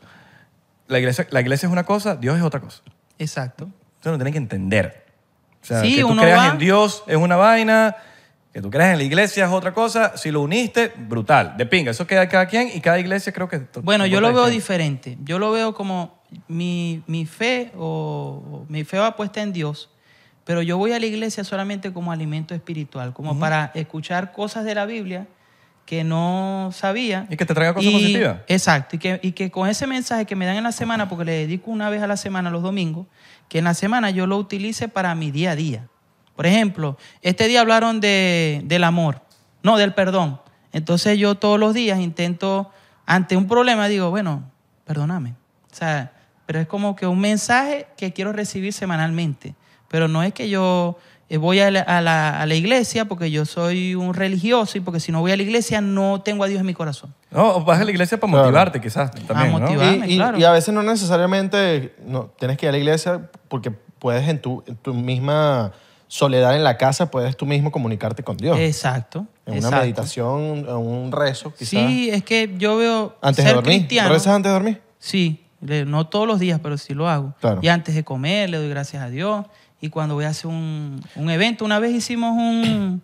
B: La iglesia, la iglesia es una cosa, Dios es otra cosa.
A: Exacto.
B: Ustedes lo tienen que entender. O sea,
A: Sí,
B: que tú
A: uno
B: creas
A: va-
B: en Dios es una vaina, que tú creas en la iglesia es otra cosa. Si lo uniste, brutal, de pinga. Eso queda cada quien y cada iglesia creo que... to-
A: Bueno, yo lo veo
B: totalmente
A: diferente. Yo lo veo como mi, mi fe o o mi fe va puesta en Dios, pero yo voy a la iglesia solamente como alimento espiritual, como para escuchar cosas de la Biblia que no sabía.
B: Y que te traiga cosas
A: Y-
B: positivas.
A: Exacto, y que, y que con ese mensaje que me dan en la semana, porque le dedico una vez a la semana, los domingos, que en la semana yo lo utilice para mi día a día. Por ejemplo, este día hablaron de, del amor, no, del perdón. Entonces yo todos los días intento, ante un problema, digo, bueno, perdóname. O sea, pero es como que un mensaje que quiero recibir semanalmente. Pero no es que yo eh, voy a la, a la- a la iglesia porque yo soy un religioso y porque si no voy a la iglesia no tengo a Dios en mi corazón.
B: No, o vas a la iglesia para
C: Claro.
B: motivarte quizás también, ¿no?
A: motivar.
C: Y,
A: Claro,
C: y-
A: claro.
C: y a veces no necesariamente no, tienes que ir a la iglesia porque puedes en tu, en tu misma soledad en la casa, puedes tú mismo comunicarte con Dios.
A: Exacto.
C: en una
A: exacto.
C: meditación, en un rezo, quizás.
A: Sí, es que yo veo
C: antes
A: ser
C: de dormir.
A: cristiano.
C: ¿Rezas antes de dormir?
A: Sí, le- no todos los días, pero sí lo hago.
C: Claro.
A: Y antes de comer le doy gracias a Dios. Y cuando voy a hacer un, un evento, una vez hicimos un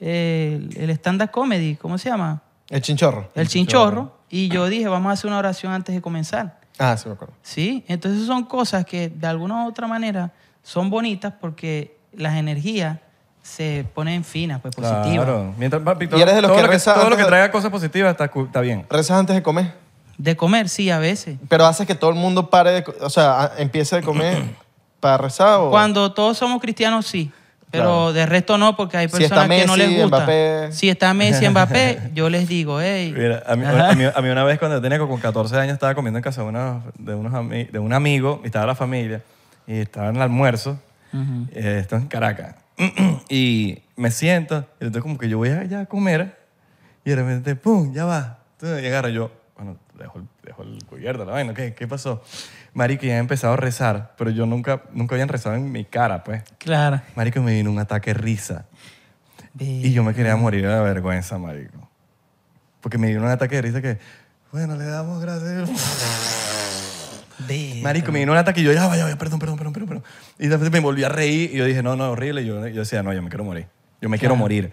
A: eh, el- el stand-up comedy, ¿cómo se llama?
C: El chinchorro.
A: El chinchorro. Y yo dije, vamos a hacer una oración antes de comenzar.
C: Ah, sí, me acuerdo.
A: Sí, entonces son cosas que de alguna u otra manera son bonitas porque las energías se ponen finas, pues positivas.
B: Claro. Mientras, papi, todo,
C: Y eres de los
B: todo
C: que
B: lo, que,
C: reza
B: todo lo
C: antes
B: que
C: de-
B: traiga cosas positivas está, cu- está bien.
C: ¿Rezas antes de comer?
A: De comer, sí, a veces.
C: Pero haces que todo el mundo pare de... co- O sea, a- empiece de comer para rezar o...
A: Cuando todos somos cristianos, sí. Pero
C: Claro.
A: de resto no, porque hay
C: Si
A: personas
C: está
A: que no
C: Messi,
A: les gusta.
C: Mbappé.
A: Si está Messi, Mbappé, yo les digo, hey.
B: Mira, a mí, a mí- a mí una vez cuando yo tenía como 14 años estaba comiendo en casa de, unos- de, unos ami- de un amigo y estaba la familia y estaba en el almuerzo, eh, esto en Caracas, y me siento y entonces como que yo voy a ya a comer y de repente, ¡pum! Ya va. Entonces, y agarro yo, bueno, dejo, el- dejo el cubierto, la vaina, ¿qué, qué pasó? Marico, ya he empezado a rezar, pero yo nunca, nunca habían rezado en mi cara, pues.
A: Claro.
B: Marico, me vino un ataque de risa. Y yo me quería morir de la vergüenza, marico. Porque me dio un ataque de risa que, bueno, le damos gracias.
A: Ve-
B: Marico, me dio un ataque y yo, ya, vaya, vaya, perdón, perdón, perdón, perdón. perdón. Y de repente me volví a reír y yo dije, no, no, horrible. Y yo, yo decía, no, yo me quiero morir. Yo me quiero morir.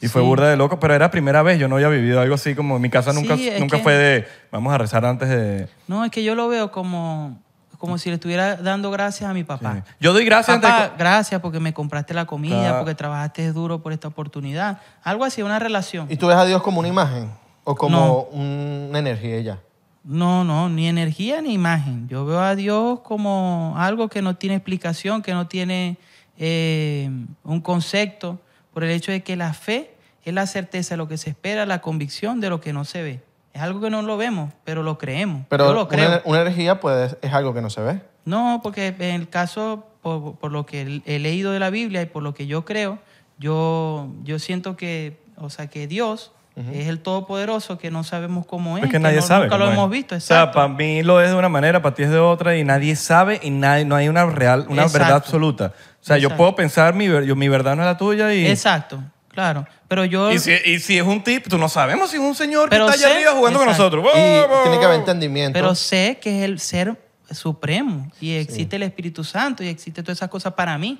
B: Y fue
A: Sí.
B: burda de loco, pero era la primera vez, yo no había vivido algo así como en mi casa nunca,
A: Sí, es
B: nunca
A: que-
B: fue de, vamos a rezar antes de...
A: No, es que yo lo veo como, como si le estuviera dando gracias a mi papá.
B: Yo doy gracias antes de-
A: Papá, gracias porque me compraste la comida,
B: Claro.
A: porque trabajaste duro por esta oportunidad. Algo así, una relación.
C: ¿Y tú ves a Dios como una imagen o
A: No.
C: como una energía y ya?
A: No, no, ni energía ni imagen. Yo veo a Dios como algo que no tiene explicación, que no tiene eh, un concepto, por el hecho de que la fe es la certeza de lo que se espera, la convicción de lo que no se ve. Es algo que no lo vemos, pero lo creemos.
C: Pero
A: Yo lo creo.
C: Una, una energía pues es algo que no se ve.
A: No, porque en el caso, por, por lo que he leído de la Biblia y por lo que yo creo, yo, yo siento que, o sea, que Dios es el Todopoderoso, que no sabemos cómo es.
B: Porque nadie
A: no-
B: sabe.
A: Nunca lo
B: cómo es.
A: hemos visto,
B: O sea,
A: exacto.
B: para mí lo es de una manera, para ti es de otra, y nadie sabe y nadie, no hay una real, una
A: Exacto.
B: verdad absoluta. O sea, yo
A: Exacto.
B: puedo pensar, mi, ver- yo- mi verdad no es la tuya y...
A: Exacto, claro. Pero yo.
B: Y si, y si es un tip, tú no sabemos si es un señor
A: Pero
B: que está allá
A: sé-
B: arriba jugando
A: exacto.
B: con
C: Y
B: nosotros.
C: tiene que haber entendimiento.
A: Pero sé que es el ser supremo y existe el Espíritu Santo y existe todas esas cosas para mí.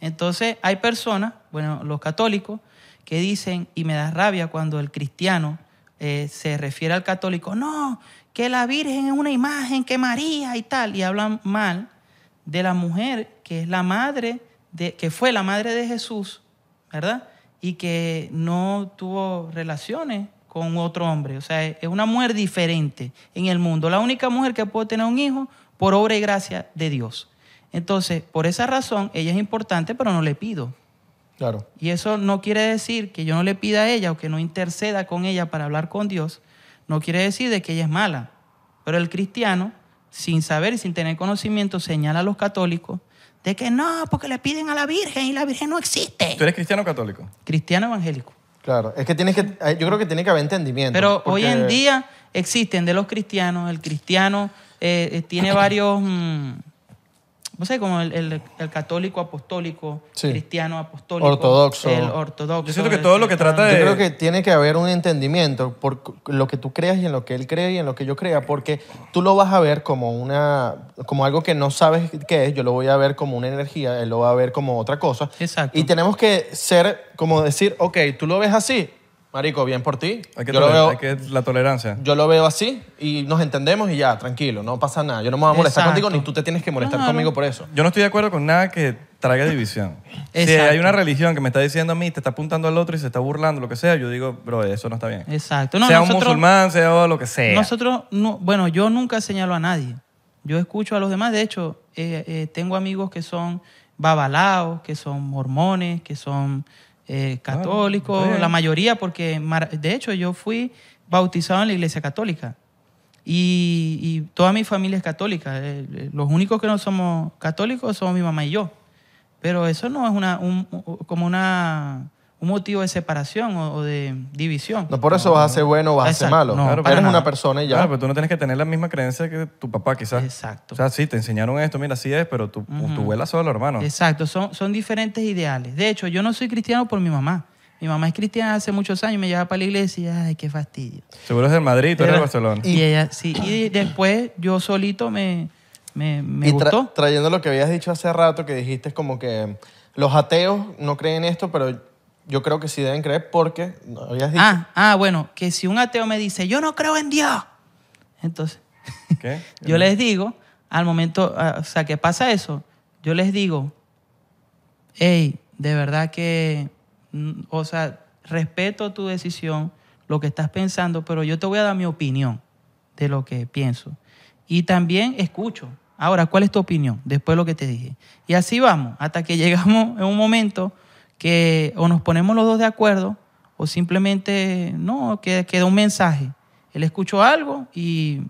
A: Entonces hay personas, bueno, los católicos, que dicen, y me da rabia cuando el cristiano eh, se refiere al católico, no, que la Virgen es una imagen, que María y tal, y hablan mal de la mujer que es la madre, de, que fue la madre de Jesús, ¿verdad? Y que no tuvo relaciones con otro hombre. O sea, es una mujer diferente en el mundo. La única mujer que puede tener un hijo por obra y gracia de Dios. Entonces, por esa razón, ella es importante, pero no le pido.
C: Claro.
A: Y eso no quiere decir que yo no le pida a ella o que no interceda con ella para hablar con Dios. No quiere decir de que ella es mala. Pero el cristiano, sin saber y sin tener conocimiento, señala a los católicos de que no, porque le piden a la Virgen y la Virgen no existe.
B: ¿Tú eres cristiano o católico?
A: Cristiano evangélico.
C: Claro, es que tienes que, eh, yo creo que tiene que haber entendimiento.
A: Pero hoy en
C: porque-
A: día existen de los cristianos, el cristiano eh, eh, tiene varios, mm, no sé, como el, el- el católico apostólico,
C: Sí.
A: cristiano apostólico,
C: Ortodoxo.
A: el ortodoxo. este,
B: Yo siento que todo lo que trata
C: Yo
B: de-
C: creo que tiene que haber un entendimiento por c- lo que tú creas y en lo que él cree y en lo que yo crea, porque tú lo vas a ver como una como algo que no sabes qué es, yo lo voy a ver como una energía, él lo va a ver como otra cosa.
A: Exacto.
C: Y tenemos que ser como decir, ok, tú lo ves así, marico, bien por ti.
B: Hay que,
C: Yo lo
B: toler-
C: veo
B: hay que- la tolerancia.
C: yo lo veo así y nos entendemos y ya, tranquilo, no pasa nada. Yo no me voy a molestar
A: Exacto.
C: contigo ni tú te tienes que molestar
A: Claro.
C: conmigo por eso.
B: Yo no estoy de acuerdo con nada que traiga división. Si
A: Exacto.
B: hay una religión que me está diciendo a mí, te está apuntando al otro y se está burlando, lo que sea, yo digo, bro, eso no está bien.
A: Exacto. No,
B: sea un
A: nosotros-
B: musulmán, sea lo que sea.
A: Nosotros, no, bueno, yo nunca señalo a nadie. Yo escucho a los demás. De hecho, eh, eh, tengo amigos que son babalaos, que son mormones, que son eh, católicos,
B: está bien.
A: la mayoría, porque mar- de hecho yo fui bautizado en la iglesia católica. Y, y toda mi familia es católica. Eh, eh, Los únicos que no somos católicos somos mi mamá y yo. Pero eso no es una, un- u- como una, un motivo de separación o, o de división.
C: No por eso vas a ser bueno o vas a ser
A: Exacto,
C: malo.
A: no,
B: Claro, para
C: Eres
B: nada.
C: una persona y ya.
B: Claro, pero tú no tienes que tener la misma creencia que tu papá, quizás.
A: Exacto.
B: O sea, sí, te enseñaron esto, mira, así es, pero tú, tú vuelas solo, hermano.
A: Exacto, son, son diferentes ideales. De hecho, yo no soy cristiano por mi mamá. Mi mamá es cristiana hace muchos años, me llevaba para la iglesia y ay, qué fastidio.
B: Seguro es del Madrid, tú eres del
A: Era-
B: Barcelona.
A: Y ella, sí. Y después yo solito me, me, me
C: y tra-
A: gustó.
C: trayendo lo que habías dicho hace rato, que dijiste es como que los ateos no creen esto, pero yo creo que sí deben creer porque no, habías dicho.
A: Ah, ah, bueno, que si un ateo me dice, yo no creo en Dios, entonces
B: ¿Qué?
A: yo les digo, al momento, ah, o sea, que pasa eso, yo les digo, hey, de verdad que, mm, o sea, respeto tu decisión, lo que estás pensando, pero yo te voy a dar mi opinión de lo que pienso. Y también escucho. Ahora, ¿cuál es tu opinión? Después de lo que te dije. Y así vamos, hasta que llegamos en un momento que o nos ponemos los dos de acuerdo o simplemente, no, que queda un mensaje. Él escuchó algo y,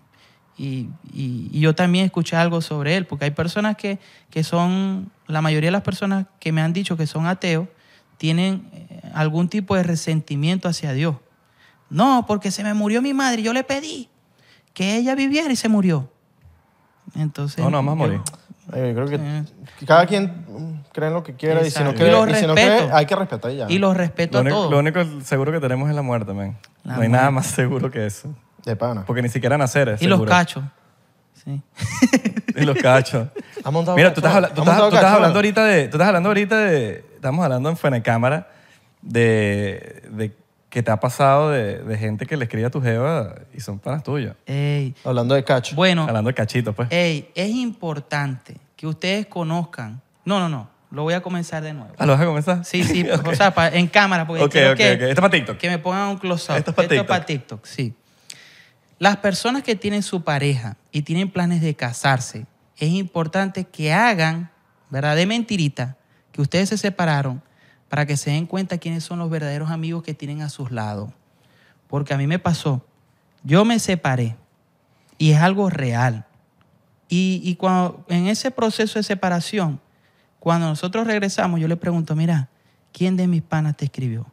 A: y, y- y yo también escuché algo sobre él, porque hay personas que, que son, la mayoría de las personas que me han dicho que son ateos, tienen eh, algún tipo de resentimiento hacia Dios. No, porque se me murió mi madre, yo le pedí que ella viviera y se murió. Entonces.
B: No, no, vamos a
A: yo-
B: morir.
C: Ay, yo creo que
A: Eh.
C: que cada quien mm, cree en lo que quiera y si no
A: Exacto.
C: cree,
A: Y los
C: y si no
A: respeto.
C: cree, hay que respetar y ya.
A: Y los
B: Lo
A: respeto a
B: único,
A: todos.
B: lo único seguro que tenemos es la muerte, man.
A: La
B: no hay nada más seguro que eso.
C: De pana.
B: Porque ni siquiera nacer es
A: y los
B: seguro.
A: cachos. Sí.
B: Y los cachos.
C: ¿Has montado
B: Mira, tú estás,
C: cachorro?
B: habla- tú estás-
C: ¿Has montado
B: tú estás
C: cachorro?
B: hablando ahorita de. Tú estás hablando ahorita de. Estamos hablando en fuera de cámara de, de que te ha pasado de, de gente que le escribe a tu jeva y son panas tuyas.
A: Ey.
C: Hablando de cacho.
A: Bueno, Eh,
B: Hablando de cachitos, pues.
A: ey, es importante que ustedes conozcan. No, no, no. Lo voy a comenzar de nuevo.
B: Ah, ¿lo vas a comenzar?
A: Sí, sí,
B: Ok.
A: o sea, pa- en cámara, porque
B: Ok,
A: quiero
B: ok,
A: que,
B: ok. Esto es para TikTok.
A: que me pongan un close-up.
B: Esto es para TikTok.
A: para TikTok, sí. Las personas que tienen su pareja y tienen planes de casarse, es importante que hagan, ¿verdad? De mentirita, que ustedes se separaron para que se den cuenta quiénes son los verdaderos amigos que tienen a sus lados. Porque a mí me pasó, yo me separé y es algo real. Y, y cuando, en ese proceso de separación, cuando nosotros regresamos, yo le pregunto, mira, ¿quién de mis panas te escribió?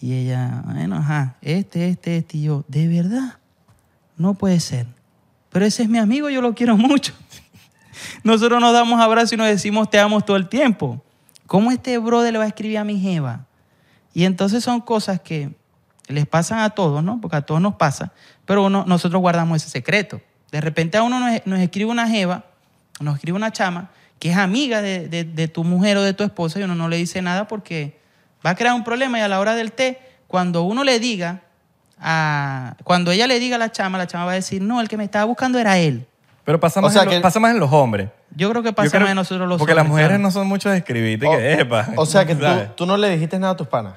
A: Y ella, bueno, ajá, este, este, este. Y yo, ¿de verdad? No puede ser. Pero ese es mi amigo, yo lo quiero mucho. Nosotros nos damos abrazos y nos decimos te amo todo el tiempo. ¿Cómo este brother le va a escribir a mi jeva? Y entonces son cosas que les pasan a todos, ¿no? Porque a todos nos pasa, pero uno- nosotros guardamos ese secreto. De repente a uno nos, nos escribe una jeva, nos escribe una chama que es amiga de, de- de tu mujer o de tu esposa y uno no le dice nada porque va a crear un problema y a la hora del té, cuando uno le diga, a, cuando ella le diga a la chama, la chama va a decir, no, el que me estaba buscando era él.
B: Pero pasa
C: O
B: más,
C: sea
B: en lo-
C: que-
B: pasa más en los hombres.
A: Yo creo que
B: Yo
A: pasa
B: creo-
A: más de nosotros los
B: Porque las
A: hombres,
B: mujeres
A: claro.
B: no son muchas de escribirte
C: O-
B: que, epa.
C: O sea que tú,
B: ¿sabes?
C: tú no le dijiste nada a tus panas.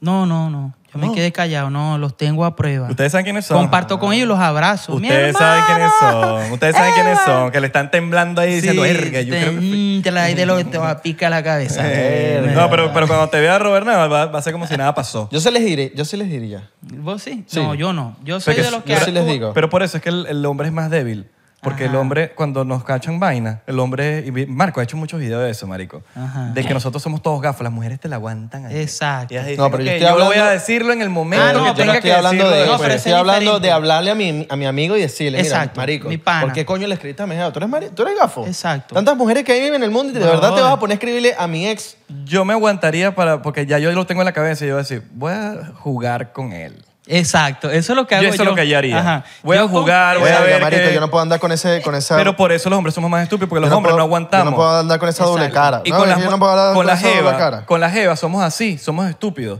A: No, no, no. Yo me quedé callado, no, los tengo a prueba.
B: Ustedes saben quiénes son.
A: Comparto con ellos los abrazos. ¡Mi
B: Ustedes saben quiénes
A: hermano!
B: son. Ustedes saben quiénes
A: ¡Eva!
B: son. Que le están temblando ahí diciendo,
A: Sí,
B: "Erga, yo
A: te,
B: creo que fui".
A: mm, te la de lo que te va a picar la cabeza.
B: Eh,
A: Verga.
B: no, pero, pero cuando te vea Robert Nava, va, va a ser como si nada pasó.
C: Yo se les diré, yo se les diría.
A: ¿Vos sí?
C: Sí.
A: No, yo no. Yo soy
B: Porque-
A: de los que...
C: yo sí les digo.
B: Pero por eso es que el, el hombre es más débil. Porque el
A: Ajá.
B: hombre, cuando nos cachan vaina, el hombre. y vi- Marco ha hecho muchos videos de eso, Marico.
A: Ajá.
B: De que nosotros somos todos gafos. Las mujeres te la aguantan. ahí.
A: Exacto.
B: Ellas
C: No,
B: dicen,
C: pero yo
B: "Ok,
C: estoy
B: voy a
C: hablando-
B: decirlo en el momento.
A: Ah, no,
B: que
A: pero
C: yo no
B: tenga
C: estoy
B: que
C: hablando
B: decirlo
C: de
A: No, pero
C: eso.
B: después".
A: ese
C: estoy
A: es
C: hablando
A: diferente.
C: de hablarle a mi, a mi amigo y decirle,
A: Exacto,
C: mira, marico,
A: mi pana.
C: ¿por qué coño le escribiste a mi jefa? ¿Tú eres, mari- ¿Tú eres gafo?
A: Exacto.
C: Tantas mujeres que viven en el mundo y de
A: Brother.
C: verdad te vas a poner a escribirle a mi ex.
B: Yo me aguantaría para. Porque ya yo lo tengo en la cabeza y yo voy a decir, voy a jugar con él.
A: Exacto. Eso es lo que
B: Yo
A: hago yo.
B: eso es lo que yo haría. Voy a
A: Yo con-
B: jugar, voy a
C: Verga,
B: ver
C: marico,
B: que-
C: yo no puedo andar con ese, con esa.
B: Pero por eso los hombres somos más estúpidos, porque
C: yo
B: los hombres
C: puedo-
B: no aguantamos.
C: Yo no puedo andar con esa doble
A: Exacto.
C: cara.
B: Y
C: No,
B: con
C: yo
B: las
C: no puedo andar
B: con la
C: esa doble
B: jeva,
C: cara.
B: con la jeva somos así, somos estúpidos.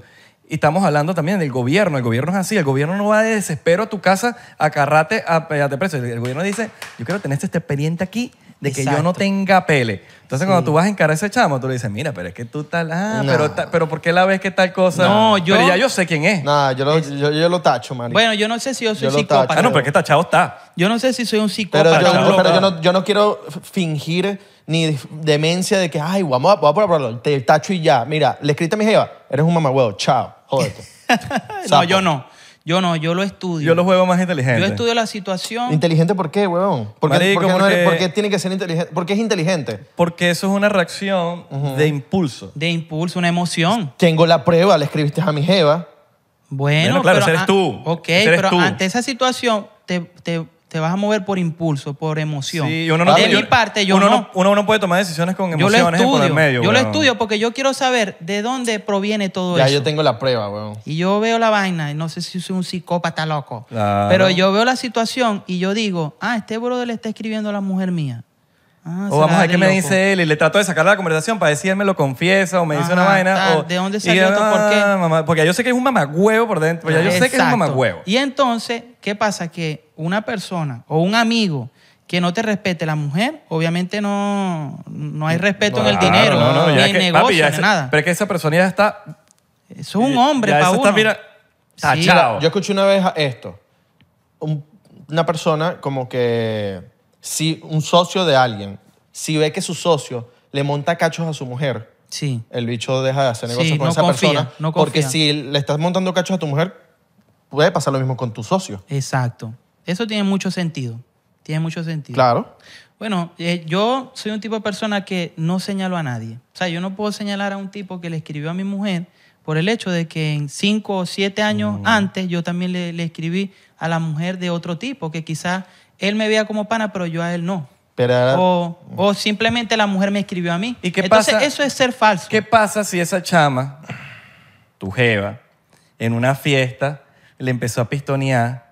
B: Y estamos hablando también del gobierno. El gobierno es así. El gobierno no va de desespero a tu casa a carrate a pegarte preso. El gobierno dice, yo quiero tener este expediente aquí de que yo no
A: Exacto.
B: tenga pele. Entonces, cuando tú vas a encarar a ese chamo, tú le dices, mira, pero es que tú tal... Ah,
C: No.
B: pero, ta- pero ¿por qué la ves que tal cosa?
A: No, yo-
B: Pero ya yo sé quién es.
C: Nada, yo lo, yo, yo lo tacho, marico.
A: Bueno, yo no sé si yo soy
C: Yo lo
A: psicópata.
B: ah, no, pero es que está chavo está.
A: Yo no sé si soy un
C: Pero,
A: psicópata.
C: yo,
B: chavo,
A: loco.
C: pero yo,
B: claro.
C: no, yo no quiero f- fingir ni demencia de que, ay, vamos a, vamos a probarlo, te tacho y ya. Mira, le escribiste a mi jeva, eres un mamagüevo, chao, jódete.
A: no,
C: Sapo.
A: yo no. Yo no, yo lo estudio.
B: Yo lo juego más
A: Yo
B: inteligente.
A: estudio la situación.
C: ¿Inteligente por qué, huevón? ¿Por qué,
B: Marico,
C: por qué no eres-
B: porque-
C: por qué tiene que ser inteligente? Porque es inteligente.
B: Porque eso es una reacción de impulso.
A: de impulso, una emoción.
C: Tengo la prueba, le escribiste a mi jeva.
A: Bueno,
B: Bueno, claro,
A: pero
B: ese eres
A: a-
B: tú.
A: Ok,
B: Ese eres
A: pero
B: tú.
A: ante esa situación te, te- te vas a mover por impulso, por emoción.
B: Sí, uno no
A: de
B: puede-
A: mi parte, yo
B: uno
A: no.
B: Uno no puede tomar decisiones con
A: yo lo
B: emociones
A: estudio.
B: por el medio.
A: yo lo
B: weón.
A: estudio porque yo quiero saber de dónde proviene todo
C: Ya
A: eso.
C: yo tengo la prueba, huevón.
A: Y yo veo la vaina, y no sé si soy un psicópata loco,
B: Claro.
A: pero yo veo la situación y yo digo, ah, este brother le está escribiendo a la mujer mía. Ah,
B: O
A: será
B: vamos a ver
A: de
B: qué me
A: loco.
B: dice él y le trato de sacar la conversación para decirme lo confiesa o me dice
A: Ajá,
B: una vaina.
A: tal,
B: o-
A: ¿de dónde
B: y
A: salió esto? ¿Por qué?
B: ah, mamá, porque yo sé que es un mamagüevo por dentro. Pues ya yo sé que es un
A: Exacto.
B: mamagüevo.
A: Y entonces, ¿qué pasa? Que una persona o un amigo que no te respete la mujer, obviamente no, no hay respeto en el
B: Claro,
A: dinero,
B: no, no, ya
A: ni
B: es
A: en
B: que-
A: negocio,
B: papi, ya
A: ni
B: ese-
A: nada.
B: Pero es que esa persona ya está.
A: Eso es un hombre
B: ya
A: para
B: eso
A: uno.
B: está, mira,
A: Sí.
B: tachado.
C: Yo escuché una vez a- esto. Un- una persona como que, si un socio de alguien, si ve que su socio le monta cachos a su mujer,
A: Sí.
C: el bicho deja de hacer
A: Sí,
C: negocios con
A: no
C: esa
A: confía,
C: persona.
A: no
C: porque
A: confía.
C: si le estás montando cachos a tu mujer, puede pasar lo mismo con tu socio.
A: Exacto. Eso tiene mucho sentido. Tiene mucho sentido.
C: Claro.
A: Bueno, eh, yo soy un tipo de persona que no señalo a nadie. O sea, yo no puedo señalar a un tipo que le escribió a mi mujer por el hecho de que en cinco o siete
B: Mm.
A: años antes yo también le, le escribí a la mujer de otro tipo, que quizás él me vea como pana, pero yo a él no.
C: Pero era-
A: O, o simplemente la mujer me escribió a mí.
B: ¿Y qué
A: Entonces,
B: pasa?
A: eso es ser falso.
B: ¿Qué pasa si esa chama, tu jeva, en una fiesta le empezó a pistonear?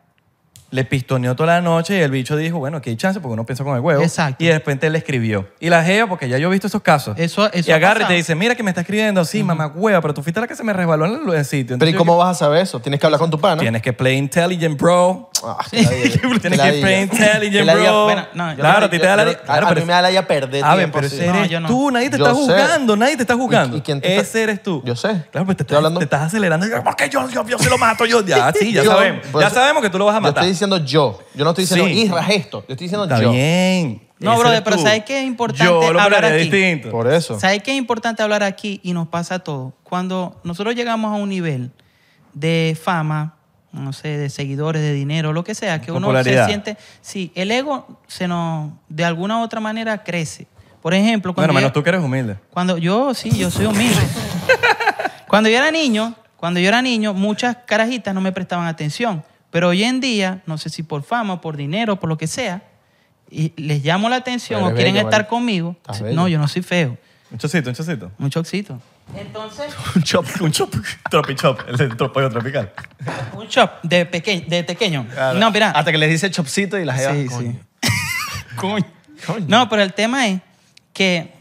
B: Le pistoneó toda la noche y el bicho dijo, bueno, aquí hay chance porque uno piensa con el huevo.
A: Exacto.
B: Y de repente le escribió. Y la jeva, porque ya yo he visto esos casos.
A: Eso- eso
B: y
A: ha
B: agarra y te
A: pasado.
B: dice, mira que me está escribiendo, sí, mamá hueva, pero tú fuiste la que se me resbaló en el lu- el sitio.
C: Pero ¿y
B: Entonces yo
C: cómo
B: que-
C: vas a saber eso? Tienes que hablar con tu pana.
B: Tienes que play intelligent, bro.
C: Ah, qué ladilla, qué
B: Tienes que
C: ladilla.
B: play
C: Qué
B: intelligent,
C: ladilla.
B: bro.
A: Bueno, no, yo-
B: claro, a ti te da la...
C: Yo-
B: claro,
C: a- a
B: pero-
C: mí me da la idea perder
B: a ver,
C: tiempo.
B: Ah, pero
C: sí.
B: ese
A: No,
B: eres
A: yo no.
B: tú, nadie te
C: Yo
B: está
C: sé.
B: juzgando, nadie te está juzgando.
C: ¿Y- y quién te está-
B: Ese eres tú.
C: Yo sé.
B: Claro, pero te
C: Estoy
B: estás,
C: hablando-
B: te estás acelerando. Porque yo, yo, yo se lo mato, yo. Ya, sí, ya
C: Yo-
B: sabemos.
C: por
B: Ya
C: eso-
B: sabemos que tú lo vas a
C: pues, Yo
B: matar.
C: estoy diciendo yo. Yo no estoy diciendo
B: Sí.
C: Isra es esto. Yo estoy diciendo
B: Está
C: yo.
B: bien.
A: No,
B: Ese
A: brother,
B: eres
A: pero
B: tú.
A: ¿sabes qué es importante
B: Yo lo
A: hablar
B: hablaría
A: aquí?
B: distinto.
C: Por eso.
A: ¿Sabes qué es importante hablar aquí y nos pasa a todos? Cuando nosotros llegamos a un nivel de fama, no sé, de seguidores, de dinero, lo que sea, que uno se
B: Popularidad.
A: siente. Sí, el ego se nos, de alguna u otra manera, crece. Por ejemplo,
B: Bueno,
A: cuando.
B: menos
A: yo,
B: tú que eres humilde.
A: cuando yo, sí, yo soy humilde. cuando yo era niño, cuando yo era niño, muchas carajitas no me prestaban atención. Pero hoy en día, no sé si por fama, por dinero, por lo que sea, y les llamo la atención
C: Pero
A: o
C: eres
A: quieren
C: bello,
A: estar
C: marico.
A: conmigo.
C: Estás bello.
A: No, yo no soy feo.
B: Un chocito, un chocito.
A: Un chocito. Entonces,
B: Un chop, un chop. Tropi chop, el del pollo tropical.
A: un chop de pequeño. De pequeño. No, mira.
B: Ah,
C: Hasta que les dice chopsito y las jevas,
A: Sí,
C: coño.
A: sí. No, pero el tema es que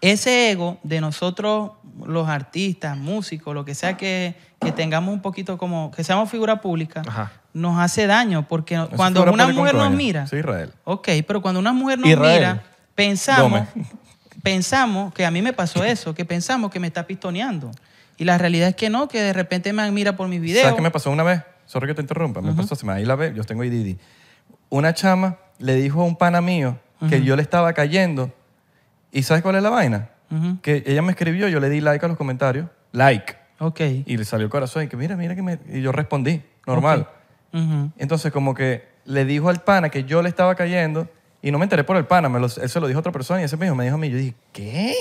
A: ese ego de nosotros, los artistas, músicos, lo que sea que, que tengamos un poquito como, que seamos figura pública,
D: Ajá.
A: nos hace daño porque
B: Eso
A: cuando
B: fue
A: una
B: pública
A: mujer
B: con
A: nos
B: coño.
A: mira,
B: Soy Israel.
A: ok, pero cuando una mujer nos
C: Israel.
A: mira, pensamos,
B: Gómez.
A: pensamos que a mí me pasó eso, que pensamos que me está pistoneando. Y la realidad es que no, que de repente me admira por mis videos.
B: ¿Sabes qué me pasó una vez? Sorry que te interrumpa. Me pasó, se me ahí la ve, yo tengo IDD. Una chama le dijo a un pana mío que yo le estaba cayendo. ¿Y sabes cuál es la vaina?
A: Ujú.
B: Que ella me escribió, yo le di like a los comentarios. Like.
A: Ok.
B: Y le salió el corazón y que mira, mira que me... Y yo respondí, normal.
A: Ujú.
B: Entonces como que le dijo al pana que yo le estaba cayendo y no me enteré por el pana, me lo- él se lo dijo a otra persona y ese mismo me dijo a mí, yo dije, ¿qué?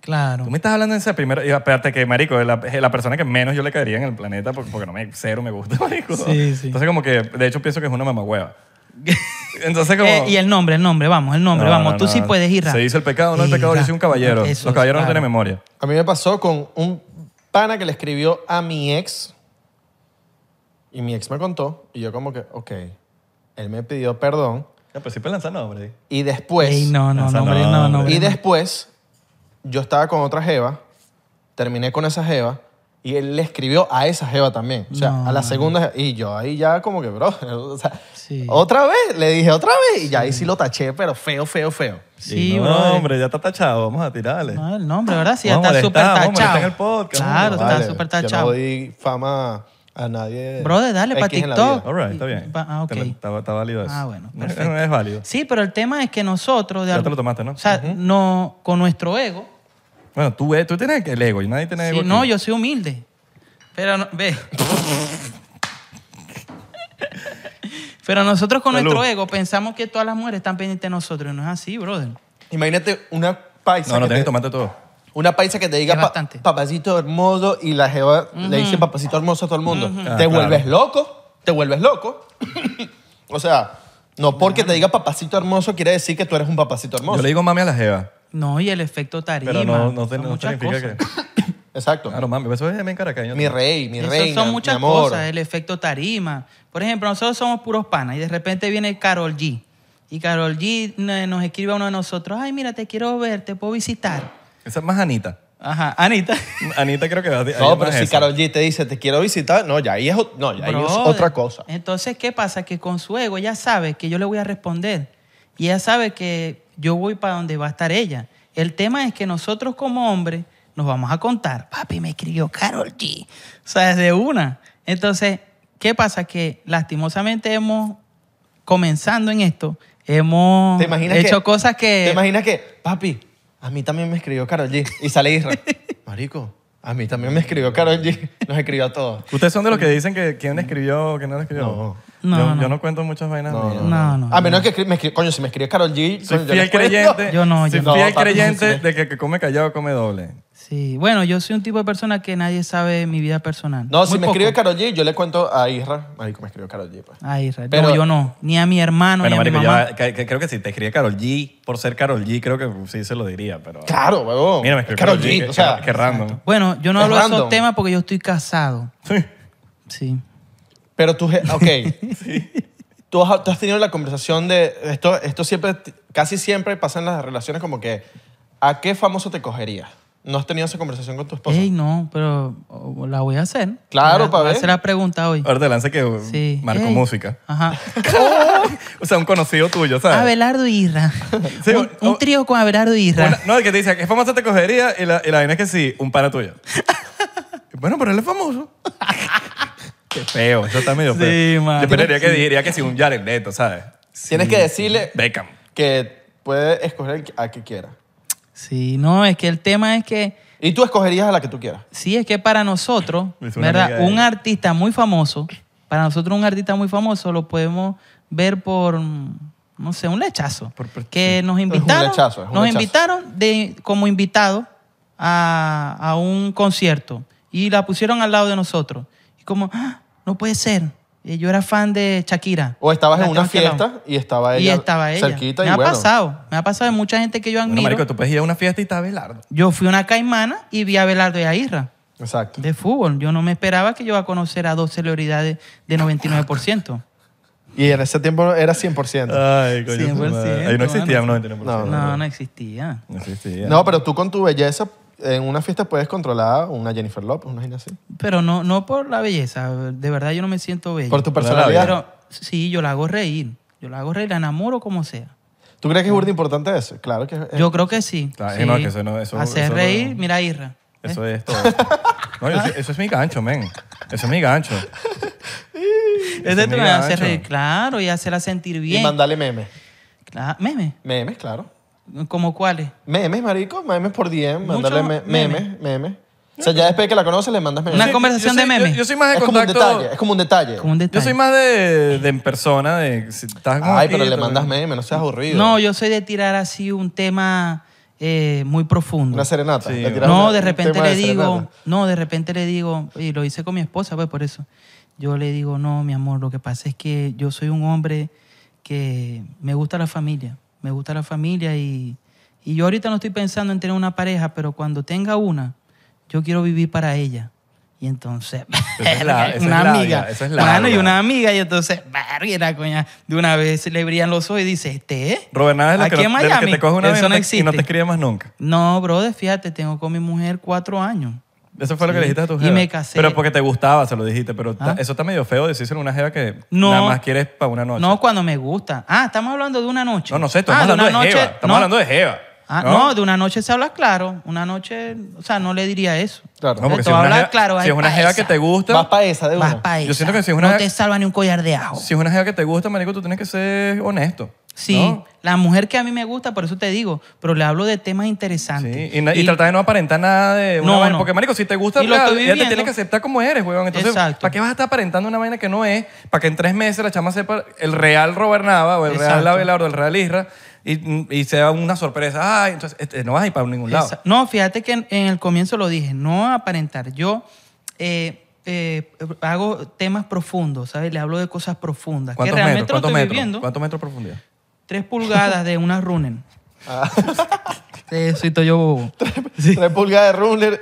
A: Claro.
B: ¿Tú me estás hablando en esa primera? Y yo, espérate que, marico, es la, es la persona que menos yo le caería en el planeta porque, porque no me, cero me gusta, marico.
A: Sí, sí.
B: Entonces como que, de hecho pienso que es una mamagüeva. Entonces como...
A: Eh, y el nombre, el nombre, vamos, el nombre,
B: No,
A: vamos.
B: no,
A: Tú
B: no.
A: sí puedes ir. Ra.
B: Se hizo el pecado, no el
A: Sí,
B: pecado, yo
A: Ra.
B: soy un caballero.
A: Eso
B: Los
A: es,
B: caballeros
A: claro.
B: no tienen memoria.
C: A mí me pasó con un pana que le escribió a mi ex y mi ex me contó y yo como que, ok, él me pidió perdón
B: Ya, pues sí puedes lanzar nombre.
C: y después,
A: Ey, no, no,
B: Esa
A: no,
B: no,
A: hombre, no, no.
B: hombre.
A: hombre,
C: y
A: no.
C: después yo estaba con otra jeva, terminé con esa jeva y él le escribió a esa jeva también, o sea,
A: No,
C: a la
A: man.
C: segunda je- y yo ahí ya como que, bro, o sea,
A: Sí.
C: otra vez, le dije otra vez y ya ahí sí lo taché, pero feo, feo, feo.
A: Sí,
B: no,
A: brother.
B: hombre, ya está tachado, vamos a tirarle.
A: No, el nombre, ¿verdad? Sí, ya
B: Vamos a
A: está súper
B: molestar, vamos a molestar
A: tachado.
B: en el podcast,
A: Claro,
B: hombre,
A: está
C: Vale,
A: súper
C: Yo no
A: tachado.
C: doy fama a nadie.
A: Brother, dale pa'
C: X en la
A: TikTok.
C: vida.
B: All right, está bien.
A: Va- ah, ok.
B: Te lo- Está, está válido eso.
A: Ah, bueno,
B: No,
A: perfecto.
B: No es válido.
A: Sí, pero el tema es que nosotros... De
B: Ya te
A: algún-
B: lo tomaste, ¿no?
A: O sea, no, con nuestro ego...
B: Bueno, tú, eh, tú tienes el ego y nadie tiene
A: Sí,
B: ego. aquí.
A: no, yo soy humilde. Pero, no- ve. Pero nosotros con
B: Salud.
A: nuestro ego pensamos que todas las mujeres están pendientes de nosotros. Y no es así, brother.
C: Imagínate una paisa.
B: No, no,
C: que
B: tienes que
C: te,
B: tomarte todo.
C: Una paisa que te diga
A: Es
C: pa-
A: bastante.
C: papacito hermoso y la jeva le dice papacito hermoso a todo el mundo.
B: Ah,
C: Te
B: claro.
C: vuelves loco, te vuelves loco. o sea, no porque te diga papacito hermoso quiere decir que tú eres un papacito hermoso.
B: Yo le digo mami a la jeva.
A: No, y el efecto tarima.
B: Pero no, no, te-
A: son
B: no
A: muchas
B: significa
A: cosas.
B: que.
C: Exacto.
B: Claro, mami, Ah, eso es bien caracaño.
C: Mi rey, mi
A: Eso
C: reina,
A: son muchas
C: mi amor.
A: cosas, el efecto tarima. Por ejemplo, nosotros somos puros panas y de repente viene Carol G. Y Carol G n- nos escribe a uno de nosotros, ay, mira, te quiero ver, te puedo visitar.
B: Esa es más Anita.
A: Ajá, Anita.
B: Anita creo que va a ahí es
C: No,
B: más
C: pero si
B: esa.
C: Carol G te dice te quiero visitar, no, ya ahí es, o- no, ya ahí es
A: Brother. Eh,
C: otra cosa.
A: Entonces, ¿qué pasa? Que con su ego ella sabe que yo le voy a responder y ella sabe que yo voy para donde va a estar ella. El tema es que nosotros como hombres nos vamos a contar, papi, me escribió Carol G. O sea, desde una. Entonces, ¿qué pasa? Que lastimosamente hemos, comenzando en esto, hemos
C: ¿Te imaginas
A: hecho
C: que-
A: cosas que...
C: ¿Te imaginas que, papi, a mí también me escribió Carol G? Y sale Isra. Marico, a mí también me escribió Carol G. Nos escribió a todos.
B: Ustedes son de los
C: Mm.
B: que dicen que quién escribió, quién no escribió.
C: No.
A: No,
B: yo,
A: no.
B: yo no cuento muchas vainas.
C: No,
B: mías.
A: no, no, no.
C: a menos que escri- Ah, me escri- coño, si me escribió Carol G.
B: Soy
C: coño, yo
B: fiel
C: les cuento.
B: creyente.
A: Yo no, yo
B: soy
C: no.
B: fiel
C: No, papi,
B: creyente
C: sí.
B: de que el que come callado come doble.
A: Sí, bueno, yo soy un tipo de persona que nadie sabe mi vida personal.
C: No, si
A: Muy
C: me
A: poco.
C: escribe Carol G, yo le cuento a Isra. Marico, me escribió Carol G. pues.
A: Ay, Israel.
C: Pero-
A: no, yo no. Ni a mi hermano,
B: Bueno,
A: ni a
B: marico,
A: mi
B: ya
A: mamá.
B: va, que- que creo que si te escribe Carol G, por ser Carol G, creo que sí se lo diría, pero...
C: Claro, huevón.
B: Mira, me escribió
C: Carol
B: Karol
C: G.
B: G,
C: o
B: qué-
C: sea,
B: qué, qué random.
A: Bueno, yo no
C: Es
A: hablo de
C: random.
A: esos temas porque yo estoy casado.
B: Sí.
A: Sí.
C: pero tú, je- ok. tú, has, tú has tenido la conversación de esto, esto siempre, casi siempre pasa en las relaciones como que, ¿a qué famoso te cogerías? ¿No has tenido esa conversación con tu esposa?
A: Ey, no, pero oh, la voy a hacer.
C: Pues Claro,
A: Voy a-
C: pa'
A: voy a
C: ver.
A: hacer la pregunta hoy.
B: Ahora te lanza que
A: Sí.
B: marcó
A: Ey.
B: música.
A: Ajá.
B: O sea, un conocido tuyo, ¿sabes?
A: Abelardo y Irra.
B: Sí,
A: un
B: o-
A: un trío con Abelardo y Irra.
B: Una- no, el que te dice, ¿qué famoso te cogería? Y la, y la vaina es que sí, un pana tuyo. bueno, pero él es famoso. Qué feo, eso está medio
A: Sí,
B: feo.
A: man.
B: Yo esperaría que diría que sí, un Jared Leto, ¿sabes?
C: Tienes que decirle
B: Beckham.
C: que puede escoger a que quiera.
A: Sí, no, es que el tema es que,
C: Y tú escogerías a la que tú quieras.
A: sí, es que para nosotros,
B: Es una
A: ¿verdad?
B: amiga de
A: Un
B: ella.
A: artista muy famoso, para nosotros un artista muy famoso lo podemos ver por, mm, no sé, un lechazo.
B: Por- por-
A: que nos
C: un
A: invitaron,
C: lechazo, es un
A: nos
C: lechazo.
A: invitaron de, como invitado a, a un concierto y la pusieron al lado de nosotros. Y como, ¡Ah! no puede ser. Eh, Yo era fan de Shakira.
C: O estabas
A: La
C: en una
A: tengo aquí al lado.
C: fiesta y estaba
A: Y
C: ella,
A: estaba ella.
C: cerquita
A: me
C: y
A: ha
C: bueno.
A: pasado. Me ha pasado de mucha gente que yo
B: Bueno,
A: admiro.
B: marico, tú puedes ir a una fiesta y está Abelardo.
A: Yo fui a una caimana y vi a Belardo y a Isra
C: Exacto.
A: de fútbol. Yo no me esperaba que yo iba a conocer a dos celebridades de 99%.
C: Y en ese tiempo era
A: Ah,
C: 100%.
B: Ay,
A: coño, 100%,
B: Ahí Ah, no existía un
A: mano.
B: 99%.
C: No,
A: No, no existía.
B: No existía.
C: No, pero tú con tu belleza en una fiesta puedes controlar a una Jennifer Lopez, una gente así.
A: Pero no, no por la belleza. De verdad yo no me siento bello.
C: Por tu
B: Pero la
C: personalidad.
A: Pero sí, yo la hago reír. Yo la hago reír, la enamoro como sea.
C: ¿Tú crees que es burda importante eso? Claro que es.
A: Yo creo que sí.
B: Claro,
A: sí.
B: no, que eso no- eso-
A: Hacer
B: eso no-
A: reír, mira, Irra. ¿eh?
B: Eso es todo. No, yo- eso es mi gancho, men. Eso es mi gancho.
A: Ese Eh, este te
B: mi
A: la hace
B: gancho.
A: reír, claro, y hacerla sentir
C: Y
A: bien.
C: mandarle memes.
A: Claro, memes,
C: Memes, claro.
A: ¿como cuáles?
C: Memes, marico. Memes por DM.
A: Mucho
C: Mandarle me-
A: memes.
C: memes, memes. O sea, ya después de que la conoces, le mandas memes.
A: Una
B: Sí,
A: conversación
B: yo
A: de
B: soy-
A: memes.
B: Yo, yo soy más de
C: es como un
B: contacto.
C: detalle. Es como un detalle.
A: Como un
B: Yo
A: detalle.
B: soy más de, de en persona, de si estás como
C: Ay,
B: aquí,
C: pero le
B: te-
C: mandas memes, no seas aburrido.
A: No, yo soy de tirar así un tema eh, muy profundo.
C: Una serenata.
B: Sí,
C: le
B: bueno.
C: tiras
A: No,
C: una-
A: de
C: un
A: repente
C: tema
A: le
C: de
A: digo,
C: serenata.
A: no, de repente le digo, y lo hice con mi esposa, pues por eso. Yo le digo, no, mi amor, lo que pasa es que yo soy un hombre que me gusta la familia, me gusta la familia y, y yo ahorita no estoy pensando en tener una pareja, pero cuando tenga una, yo quiero vivir para ella. Y entonces,
B: Esa es la- esa es
A: una
B: larga,
A: amiga,
B: esa es
A: mano, y
B: larga.
A: una amiga, y entonces, verga, coña, de una vez le brillan los ojos y dice, este es.
B: Robert Nada es la
A: Aquí
B: que, no-
A: en
B: de la que
A: Miami,
B: te coge una
A: eso
B: vez
A: no
B: y te- y
A: existe.
B: no te escribe más nunca.
A: No, brother, fíjate, tengo con mi mujer cuatro años.
B: Eso fue lo que le dijiste a tu
A: Y
B: jeva.
A: me casé.
B: Pero porque te gustaba, se lo dijiste. Pero ta-
A: Ah.
B: eso está medio feo decírselo a una jeva que
A: No.
B: nada más quieres para una noche.
A: No, cuando me gusta. Ah, estamos hablando de una noche.
B: no, no sé,
A: Ah,
B: estamos hablando de,
A: una
B: jeva.
A: noche-
B: Estamos
A: no.
B: hablando de jeva.
A: Ah, no, de una noche se habla claro. Una noche, o sea, no le diría eso.
C: Claro.
B: No, porque
A: Te
B: si es
A: voy a
B: una
A: hablar
B: jeva,
A: claro,
B: si
A: ay,
B: es una
A: pa'
B: jeva
A: esa.
B: que te gusta,
C: Vas para esa de
A: Vas
C: una.
A: para
B: Yo siento que si es una-
A: No te salva ni un collar de ajo.
B: si es una jeva que te gusta, marico, tú tienes que ser honesto.
A: Sí,
B: ¿no?
A: la mujer que a mí me gusta, por eso te digo, pero le hablo de temas interesantes.
B: Sí, y, na- y tratar de no aparentar nada de una
A: No,
B: vaina.
A: no.
B: Porque, marico, si te gusta,
A: Y lo
B: ya,
A: estoy
B: ya te
A: viviendo.
B: tienes que aceptar como eres, weón. Entonces,
A: Exacto.
B: ¿para qué vas a estar aparentando una vaina que no es? Para que en tres meses la chama sepa el real Robert Nava o el real
A: Exacto.
B: Abelardo o el real Isra y, y sea una sorpresa. Ay, entonces este, no vas a ir para ningún lado.
A: Esa- No, fíjate que en, en el comienzo lo dije, no aparentar. Yo eh, eh, hago temas profundos, ¿sabes? Le hablo de cosas profundas. Que
B: ¿Cuántos
A: realmente
B: metros? ¿Cuántos
A: lo estoy
B: metros?
A: viviendo.
B: ¿Cuántos metros de profundidad?
A: Tres pulgadas de una runen.
B: Ah.
A: Sí, soy todo yo bobo. Sí.
C: 3 pulgadas de ruler,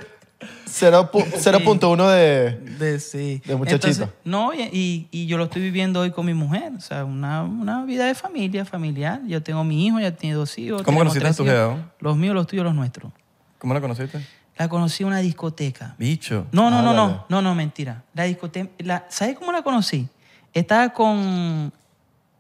C: 0.1 de...
A: De, sí.
C: De muchachito.
A: no, y, y- y yo lo estoy viviendo hoy con mi mujer. O sea, una, una vida de familia, familiar. Yo tengo mi hijo, ya tiene dos hijos.
B: ¿Cómo
A: tenemos
B: conociste
A: tres
B: a tu
A: hijos.
B: jeva?
A: Los míos, los tuyos, los nuestros.
B: ¿Cómo la conociste?
A: La conocí en una discoteca.
B: Bicho.
A: No, no,
C: Ah,
A: no,
C: vale.
A: no, no, no, mentira. La discoteca, la, ¿sabes cómo la conocí? Estaba con,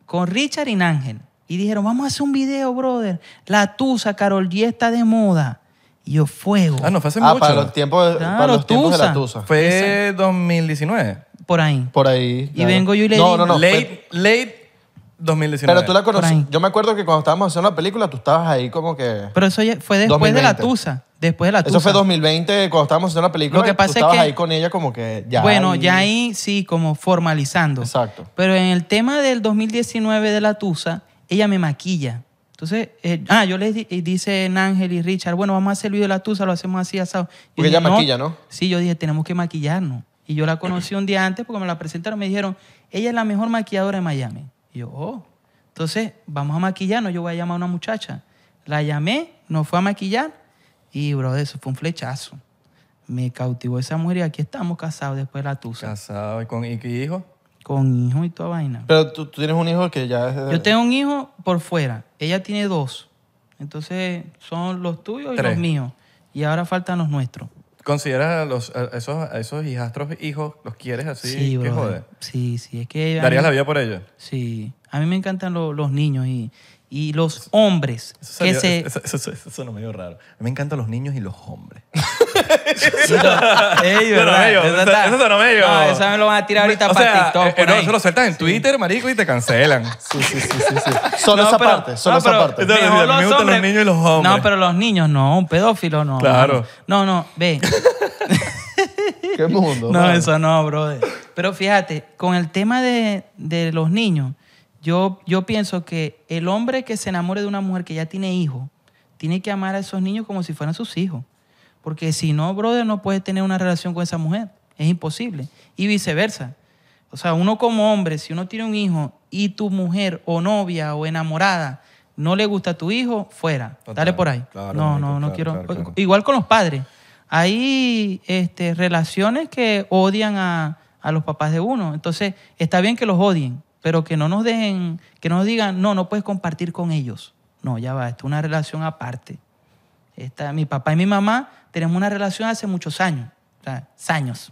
A: con Richard y Ángel y dijeron, vamos a hacer un video, brother. La Tusa, Carol G está de moda. Y yo, fuego.
B: Ah, no, fue hace
C: Ah,
B: mucho.
C: para los tiempos,
A: Claro,
C: para los tiempos de la
A: Tusa.
C: Tusa.
B: Fue 2019.
A: Por ahí.
C: Por ahí.
A: Y vengo yo y le
C: No,
A: digo-
C: no, no. fue-
B: late, late 2019.
C: pero tú la
A: Por
C: conoces.
A: ahí.
C: Yo me acuerdo que cuando estábamos haciendo la película, tú estabas ahí como que.
A: Pero eso ya fue después de la
C: 2020.
A: Tusa. Después de la Tusa.
C: Eso fue 2020, cuando estábamos haciendo la película.
A: Lo que pasa
C: tú
A: es
C: estabas
A: que-
C: ahí con ella como que ya.
A: bueno, ya ahí sí, como formalizando.
C: Exacto.
A: Pero en el tema del 2019 de la Tusa, ella me maquilla. Entonces, eh, ah, yo les di- y dice Ángel y Richard, bueno, vamos a hacer el video de la Tusa, lo hacemos así asado. Yo
C: Porque ella maquilla, ¿no?
A: Sí, yo dije, tenemos que maquillarnos. Y yo la conocí un día antes porque me la presentaron, me dijeron, ella es la mejor maquilladora de Miami. Y yo, oh. Entonces, vamos a maquillarnos, yo voy a llamar a una muchacha. La llamé, nos fue a maquillar y, bro, eso fue un flechazo. Me cautivó esa mujer y aquí estamos casados después de la tusa.
B: Casado. ¿Y con y qué hijo?
A: Con hijo y toda vaina.
C: Pero tú, tú tienes un hijo que ya es. de-
B: eh,
A: Yo tengo un hijo por fuera. Ella tiene dos. Entonces, son los tuyos y
B: Tres.
A: los míos. Y ahora faltan los nuestros.
B: ¿Consideras a, los, a esos, a esos hijastros hijos, los quieres así? ¿Qué
A: brother.
B: jode?
A: Sí, sí. Es que. a
B: ¿Darías
A: mí-
B: la vida por ellos?
A: Sí. A mí me encantan lo- los niños y, y los hombres.
B: Eso,
A: que
B: salió-
A: se.
B: eso, eso, eso, eso suena medio raro. A mí me encantan los niños y los hombres.
A: Ey,
B: Eso no
A: ¿verdad?
B: medio,
A: Esa
B: eso-
A: está-
B: eso sonó medio.
A: No, esa me lo van a tirar ahorita
B: O
A: para
B: sea,
A: TikTok.
B: eh,
A: por
B: no,
A: ahí.
B: eso lo sueltas en Twitter, marico, y te cancelan.
C: Sí, sí, sí, sí. sí. Solo
A: No,
C: esa
A: pero-
C: parte, solo
A: no,
C: esa
A: pero-
C: parte.
B: Entonces,
A: mejor
B: a mí me gustan los niños y los hombres.
A: No, pero los niños no, un pedófilo no.
B: Claro.
A: No, no, ve.
C: Qué mundo.
A: No,
C: madre.
A: eso no, brother. Pero fíjate, con el tema de, de los niños, yo, yo pienso que el hombre que se enamore de una mujer que ya tiene hijos, tiene que amar a esos niños como si fueran sus hijos. Porque si no, brother, no puede tener una relación con esa mujer. Es imposible. Y viceversa. O sea, uno como hombre, si uno tiene un hijo y tu mujer o novia o enamorada no le gusta a tu hijo, fuera.
B: Total,
A: Dale por ahí.
B: claro,
A: no,
B: marico,
A: no, no
B: claro,
A: quiero.
B: claro, claro.
A: Igual con los padres. Hay este, relaciones que odian a, a los papás de uno. Entonces, está bien que los odien, pero que no nos dejen, que no nos digan, no, no puedes compartir con ellos. No, ya va, esto es una relación aparte. Esta, mi papá y mi mamá tenemos una relación hace muchos años, o sea, años.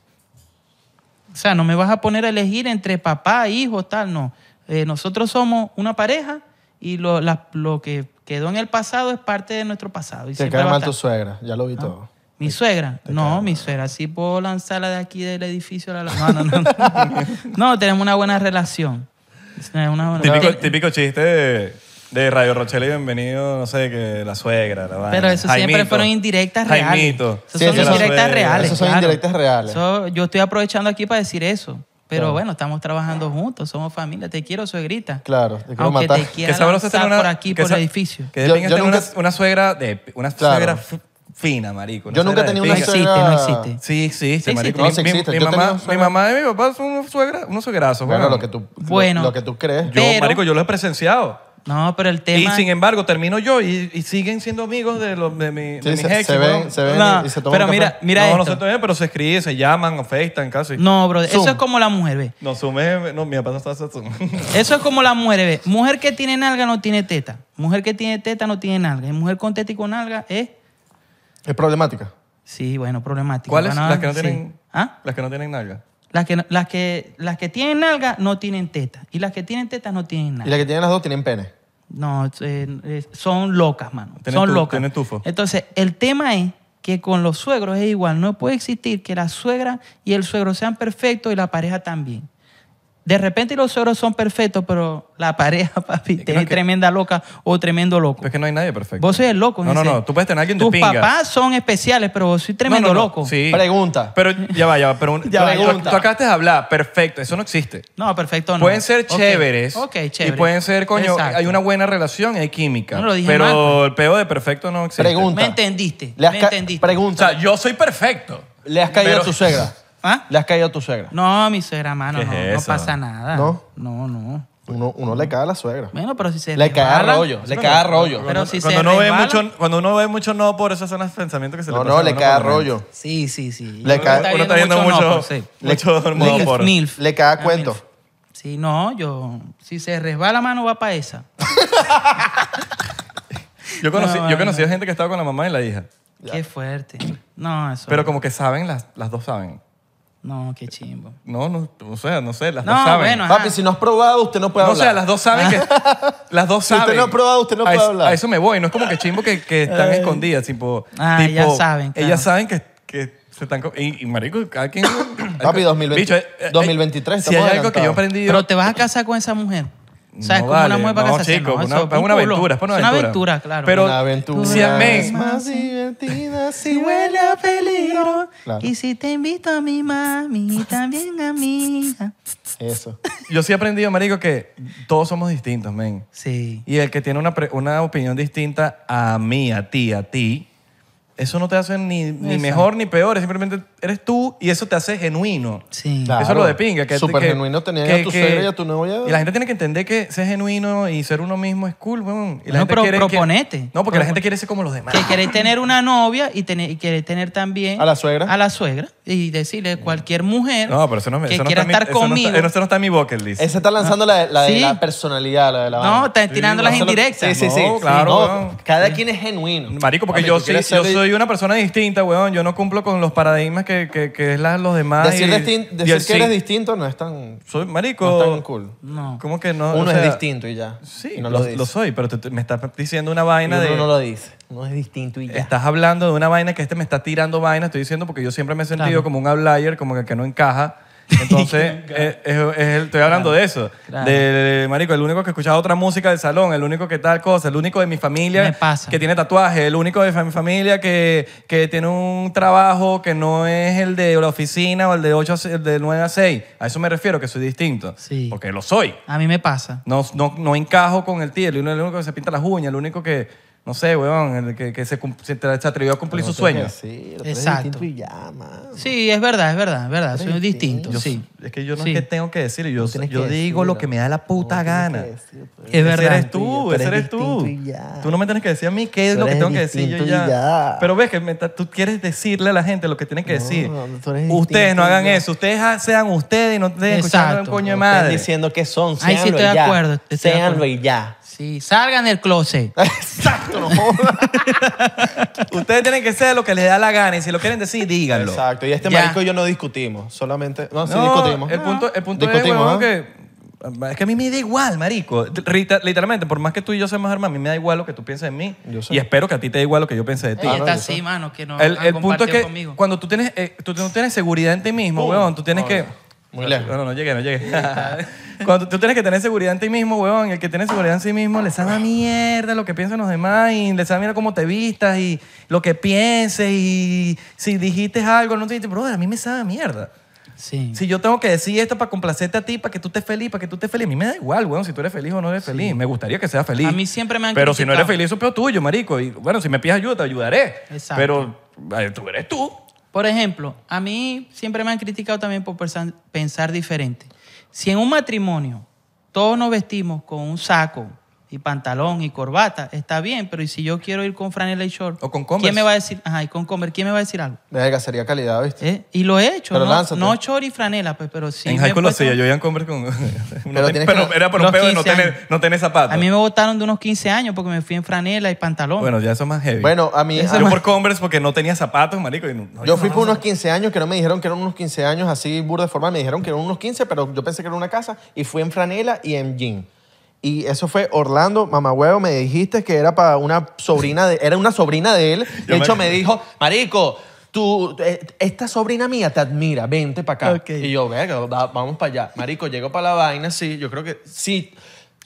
A: O sea, no me vas a poner a elegir entre papá, hijo, tal, no. Eh, nosotros somos una pareja y lo, la- lo que quedó en el pasado es parte de nuestro pasado. Y
C: Te
A: siempre Ah. va
C: cae
A: a
C: mal
A: estar.
C: tu suegra, ya lo vi todo.
A: ¿Mi suegra? No, mi suegra. Sí puedo lanzarla de aquí del edificio. a la- No, no, no. No, No, tenemos una buena relación. Tenemos una buena-
B: Típico,
A: Te-
B: típico chiste de, de Radio Rochelle y Bienvenido, no sé, que la suegra, la vaina.
A: Pero eso siempre
B: Jaimito.
A: fueron indirectas reales.
B: Jaimito.
A: Eso
C: Sí,
A: son
C: esas son-
A: indirectas
B: esas
A: reales.
C: son
A: claro.
C: indirectas reales.
A: Eso- yo estoy aprovechando aquí para decir eso. Pero
C: Claro.
A: bueno, estamos trabajando juntos, somos familia. Te quiero, suegrita.
C: Claro, te quiero
A: Aunque
C: matar.
A: te
B: Qué
A: quiera
B: sabroso es
A: lanzar
B: tener una-
A: por aquí,
B: qué
A: por
B: sa-
A: el edificio.
B: Que de
C: Yo-
B: pinga
C: yo
B: tener una,
C: nunca-
B: una suegra de una
C: Claro.
B: suegra fi- fina, marico. una
C: Yo nunca
B: suegra
C: he tenido
B: de pinga.
C: una
A: No
C: suegra-
A: existe, no existe.
B: Sí, existe,
A: Sí,
B: marico.
A: existe.
B: Mi-
C: No, sí
B: mi-
C: existe.
B: Mi,
C: Yo tenía
B: mamá,
C: una
B: mi
C: suegra-
B: mamá y mi papá son unos suegra, unos suegrazos.
C: Bueno,
B: weón.
C: lo que tú lo-
A: Bueno.
C: lo que tú crees.
B: Yo,
A: Pero-
B: marico, yo los he presenciado.
A: No, pero el
B: Y
A: tema.
B: sin embargo, termino yo y, y siguen siendo amigos de, los, de, mi,
C: Sí,
B: de mis
C: se,
B: ex,
C: se
B: weón.
C: ven, se ven
A: No,
C: y se toman
A: pero
C: un café.
A: mira, mira
B: no, no
A: esto.
B: se tomen, pero se escriben, se llaman, afectan casi.
A: No, bro, eso
C: Zoom.
A: es como la mujer, ve.
B: No, sume, no, mi papá no está haciendo
A: Eso es como la mujer, ve. Mujer que tiene nalga no tiene teta. Mujer que tiene teta no tiene nalga. Y mujer con teta y con nalga es.
C: Es problemática.
A: Sí, bueno, problemática.
B: ¿Cuáles?
A: Bueno,
B: Las que no
A: sí.
B: tienen.
A: ¿Ah?
B: Las que no tienen nalga.
A: Las que, no- las, que, las que tienen nalga no tienen teta. Y las que tienen teta no tienen
C: Y la
A: nalga.
C: que tienen las dos tienen pene.
A: No, eh, eh, son locas, mano.
B: Tienen
A: Son
B: tu-
A: locas.
B: tienen tufo.
A: Entonces, el tema es que con los suegros es igual. No puede existir que la suegra y el suegro sean perfectos y la pareja también. De repente los suegros son perfectos, pero la pareja, papi,
B: que
A: tiene
B: no, que-
A: tremenda loca o tremendo loco.
B: Pero es que no hay nadie perfecto.
A: Vos sois el loco.
B: No, no,
A: ese.
B: no. Tú puedes tener a alguien de
A: Tus
B: pinga.
A: papás son especiales, pero vos sois
B: No, no,
A: tremendo
B: no,
A: loco.
B: Sí.
C: Pregunta.
B: Pero ya va, ya va. Pero, un-
C: Ya va,
B: tú- tú,
C: pregunta.
B: tú acabaste de hablar. Perfecto. Eso no existe.
A: No, perfecto no.
B: Pueden ser
A: Ok,
B: chéveres.
A: Ok, chéveres.
B: Y pueden ser, coño,
A: Exacto.
B: hay una buena relación y hay química.
A: No lo dije
B: pero
A: mal. pues.
B: el peo de perfecto no existe.
C: Pregunta.
A: Me entendiste,
C: Le has
A: me
C: ca-
A: entendiste.
B: O
C: Pregunta.
B: sea, yo soy perfecto.
C: ¿Le has caído
B: Pero-
C: a tu suegra?
A: ¿Ah?
C: ¿Le has caído a tu suegra?
A: No, mi suegra, mano,
B: ¿Qué
A: no,
B: es
A: no
B: eso?
A: pasa nada.
C: ¿No.
A: No, no.
C: Uno, uno le cae a la suegra.
A: Bueno, pero si se
C: Le cae a
A: resbala-
C: rollo. Le cae a rollo.
A: Pero si
B: cuando,
A: se
B: uno ve
A: resbala-
B: mucho, cuando uno ve mucho no, por esas son los pensamientos que se
C: No,
B: le pasan
C: no,
B: a
C: le
B: uno
C: cae a
B: por la mente.
C: rollo.
A: Sí, sí, sí.
C: Le
A: Uno
C: cae-
B: Uno está viendo mucho,
A: no,
B: mucho,
A: pero sí.
B: mucho
C: Le-
B: no
A: Milf,
B: por.
A: milf.
C: Le cae a
A: Ah,
C: cuento.
A: milf. Sí, no, yo... Si se resbala, mano, va para esa.
B: Yo conocí,
A: No,
B: yo conocí a gente que estaba con la mamá y la hija.
A: Qué fuerte. No, eso...
B: Pero como que saben, las, las dos saben.
A: No, qué chimbo.
B: No, no, o sea, no sé, las
A: No,
B: dos saben.
A: bueno,
C: Papi, si no has probado, usted no puede
B: No, o
C: hablar.
B: sea, las dos saben que. Las dos
C: Si usted
B: saben.
C: no ha probado, usted no
B: A
C: puede
B: eso-
C: hablar.
B: A eso me voy. No es como que chimbo que, que están escondidas, tipo.
A: Ah,
B: tipo,
A: ellas saben, claro.
B: Ellas saben que, que se están. co- Y, y, marico, cada quien.
C: Papi, 2020
B: Bicho, eh, eh,
C: 2023,
B: Si hay
C: estamos
B: algo que yo
C: adelantados.
B: aprendí.
A: Pero te vas a casar con esa mujer. O sea, es
B: No
A: como una
B: vale,
A: mujer para
B: no,
A: casarse.
B: chico,
A: no,
B: una-
A: eso
B: es una
A: un culo.
B: aventura, es una
A: Es una
B: aventura.
A: aventura, claro.
B: Pero-
C: Una aventura
B: Si amén.
C: es más divertida si
A: Si huele
C: huele
A: a peligro.
C: Claro.
A: Y si te invito a mi mami, también a mi hija.
C: Eso.
B: Yo sí he aprendido, marico, que todos somos distintos, men.
A: Sí.
B: Y el que tiene una, pre- una opinión distinta a mí, a ti, a ti, eso no te hace ni, ni
A: Exacto.
B: mejor ni peor. es Simplemente eres tú y eso te hace genuino.
A: Sí.
C: Claro.
B: Eso es lo de pinga. Que,
C: Súper
B: que-
C: genuino tener a tu suegra y a tu novia.
B: Y la gente tiene que entender que ser genuino y ser uno mismo es cool, weón. Y
A: No,
B: la gente
A: pero
B: quiere- quiere-
A: proponete.
B: no, porque la
A: Proponete.
B: gente quiere ser como los demás.
A: Que querés tener una novia y, tener, y querés tener también...
C: ¿A la suegra?
A: A la suegra. Y decirle cualquier mujer
B: No, pero eso no, me-
A: que
B: eso no
A: quiera
B: está en mi-
A: estar
B: eso no está-
A: conmigo.
B: eso no está en mi bucket list.
C: Ese está lanzando la, la de
A: Sí.
C: la personalidad, la de la
A: No,
C: vaina.
A: está tirando las
C: Eso lo-
A: indirectas.
C: Sí, sí, sí.
B: No, claro,
C: No,
B: weón.
C: cada quien es genuino.
B: Marico, porque
C: Papi,
B: yo,
C: tú
B: sí-
C: quieres
B: yo
C: ser-
B: soy una persona distinta, weón. Yo no cumplo con los paradigmas que, que, que es la, los demás.
C: Decir,
B: y-
C: distin-
B: y
C: decir
B: el
C: que
B: sí.
C: eres distinto no es tan,
B: Soy marico.
C: no es tan cool.
A: No.
B: ¿Cómo que no?
C: Uno
B: O sea,
C: es distinto y ya.
B: Sí,
C: Y no
B: lo,
C: dice.
B: lo soy, pero te- te- me estás diciendo una
C: Y
B: vaina
C: uno
B: de...
C: no lo dice. Uno es distinto y ya.
B: Estás hablando de una vaina que este me está tirando vaina, estoy diciendo porque yo siempre me he sentido
A: Claro.
B: como un outlier, como que, que no encaja. Entonces, eh, es- es el- estoy hablando de eso.
A: Claro.
B: De, marico, el único que escuchaba otra música del salón, el único que tal cosa, el único de mi
A: Me
B: familia
A: pasa.
B: que tiene tatuaje, el único de fa- mi familia que, que tiene un trabajo que no es el de la oficina o el de, 8 a se- el de 9 a 6. A eso me refiero, que soy distinto.
A: Sí.
B: Porque lo soy.
A: A mí me pasa.
B: No, no, no encajo con el tío. El único, el único que se pinta las uñas, el único que, no sé, weón, el que, que se, cum- se tra- se atrevió a cumplir sus sueños.
C: Sí,
A: Exacto.
C: Exacto. distinto y ya, man.
A: Sí, es verdad, es verdad, es verdad. Soy distinto,
B: ¿eh? Yo-
A: sí.
B: Es que yo no
A: Sí.
B: es que tengo que decir, yo,
C: tienes
B: yo
C: que
B: digo lo
C: decirlo.
B: que me da la puta
C: No tienes
B: gana.
C: que decirlo, pues.
A: Es
B: Ese
A: verdad.
B: eres tú,
C: Tú
B: ese
C: eres
B: eres tú.
C: distinto y ya.
B: Tú no me tienes que decir a mí qué es
C: Tú
B: lo que
C: eres
B: tengo que decir yo
C: distinto
B: ya.
C: y ya.
B: Pero ves que me está- tú quieres decirle a la gente lo que tienen que decir.
C: tú
B: Ustedes
C: eres distinto
B: no
C: y
B: hagan
C: ya.
B: eso. Ustedes ha- sean ustedes y no estén escuchando un
A: Exacto.
B: coño de
C: Están
B: madre.
C: diciendo que son.
A: Ahí sí
C: séanlo
A: estoy
C: y
A: de
C: ya.
A: acuerdo, estoy de
C: Séanlo
A: acuerdo.
C: y ya.
A: Sí, salgan del closet.
C: Exacto, no jodas.
B: Ustedes tienen que ser lo que les da la gana y si lo quieren decir, díganlo.
C: Exacto. Y este
A: Ya.
C: marico y yo no discutimos. Solamente. No, sí
B: No,
C: discutimos.
B: El punto, el punto es,
C: Discutimos,
B: huevón,
C: ¿ah?
B: que Es que a mí me da igual, marico. Rita- Literalmente, por más que tú y yo seamos hermanos, a mí me da igual lo que tú pienses de mí.
C: Yo sé.
B: Y espero que a ti te dé igual lo que yo piense de ti.
A: Ella está así, mano, que no
B: el
A: han
B: el punto es
A: compartido
B: que
A: conmigo.
B: cuando tú tienes, eh, tú no tienes seguridad en ti mismo, weón, tú tienes que...
C: Muy lejos.
B: No, no, no llegué, no llegué. cuando tú tienes que tener seguridad en ti mismo, weón, y el que tiene seguridad en sí mismo le sabe a mierda lo que piensan los demás y le sabe mira cómo te vistas y lo que pienses y si dijiste algo, no te dijiste, brother, a mí me sabe a mierda.
A: Sí.
B: Si yo tengo que decir esto para complacerte a ti, para que tú estés feliz, para que tú estés feliz, a mí me da igual, weón, si tú eres feliz o no eres feliz. Me gustaría que seas feliz.
A: A mí siempre me han
B: Pero si no eres
A: criticado.
B: feliz, eso es peor tuyo, marico. Y bueno, si me pides ayuda, te ayudaré.
A: Exacto.
B: Pero ay, tú eres tú.
A: Por ejemplo, a mí siempre me han criticado también por pensan- pensar diferente. Si en un matrimonio todos nos vestimos con un saco y pantalón y corbata, está bien, pero ¿y si yo quiero ir con franela y short?
B: O con Converse.
A: ¿Quién me va a decir? Ajá, y con Converse, ¿quién me va a decir algo?
C: Verga, sería calidad, ¿viste?
A: ¿Eh? Y lo he hecho,
C: Pero
A: no,
C: lánzate.
A: no short y franela, pues, pero sí.
B: en
A: me he
B: high school lo
A: puesto-
B: hacía, yo iba en Converse con...
C: Pero
B: no ten-
C: tienes
B: pero
C: que-
B: era por un
A: los
B: pedo de no
A: 15
B: tener,
A: años.
B: no tener zapatos.
A: A mí me votaron de unos 15 años porque me fui en franela y pantalón.
B: Bueno, ya eso es más heavy.
C: Bueno, a mí... a
B: yo
C: mí-
B: por Converse porque no tenía zapatos, marico. y no- no,
C: Yo fui por unos 15 años que no me dijeron que eran unos 15 años así burda formal, me dijeron que eran unos 15, pero yo pensé que era una casa y fui en franela y en jean. Y eso fue Orlando, mamá huevo, me dijiste que era para una sobrina de era una sobrina de él.
B: Yo
C: De
B: me-
C: hecho me dijo, "Marico, tú eh, esta sobrina mía te admira, vente para acá."
A: Ok.
C: Y yo, "Verga, va- vamos para allá." Marico, llego para la vaina, sí, yo creo que sí.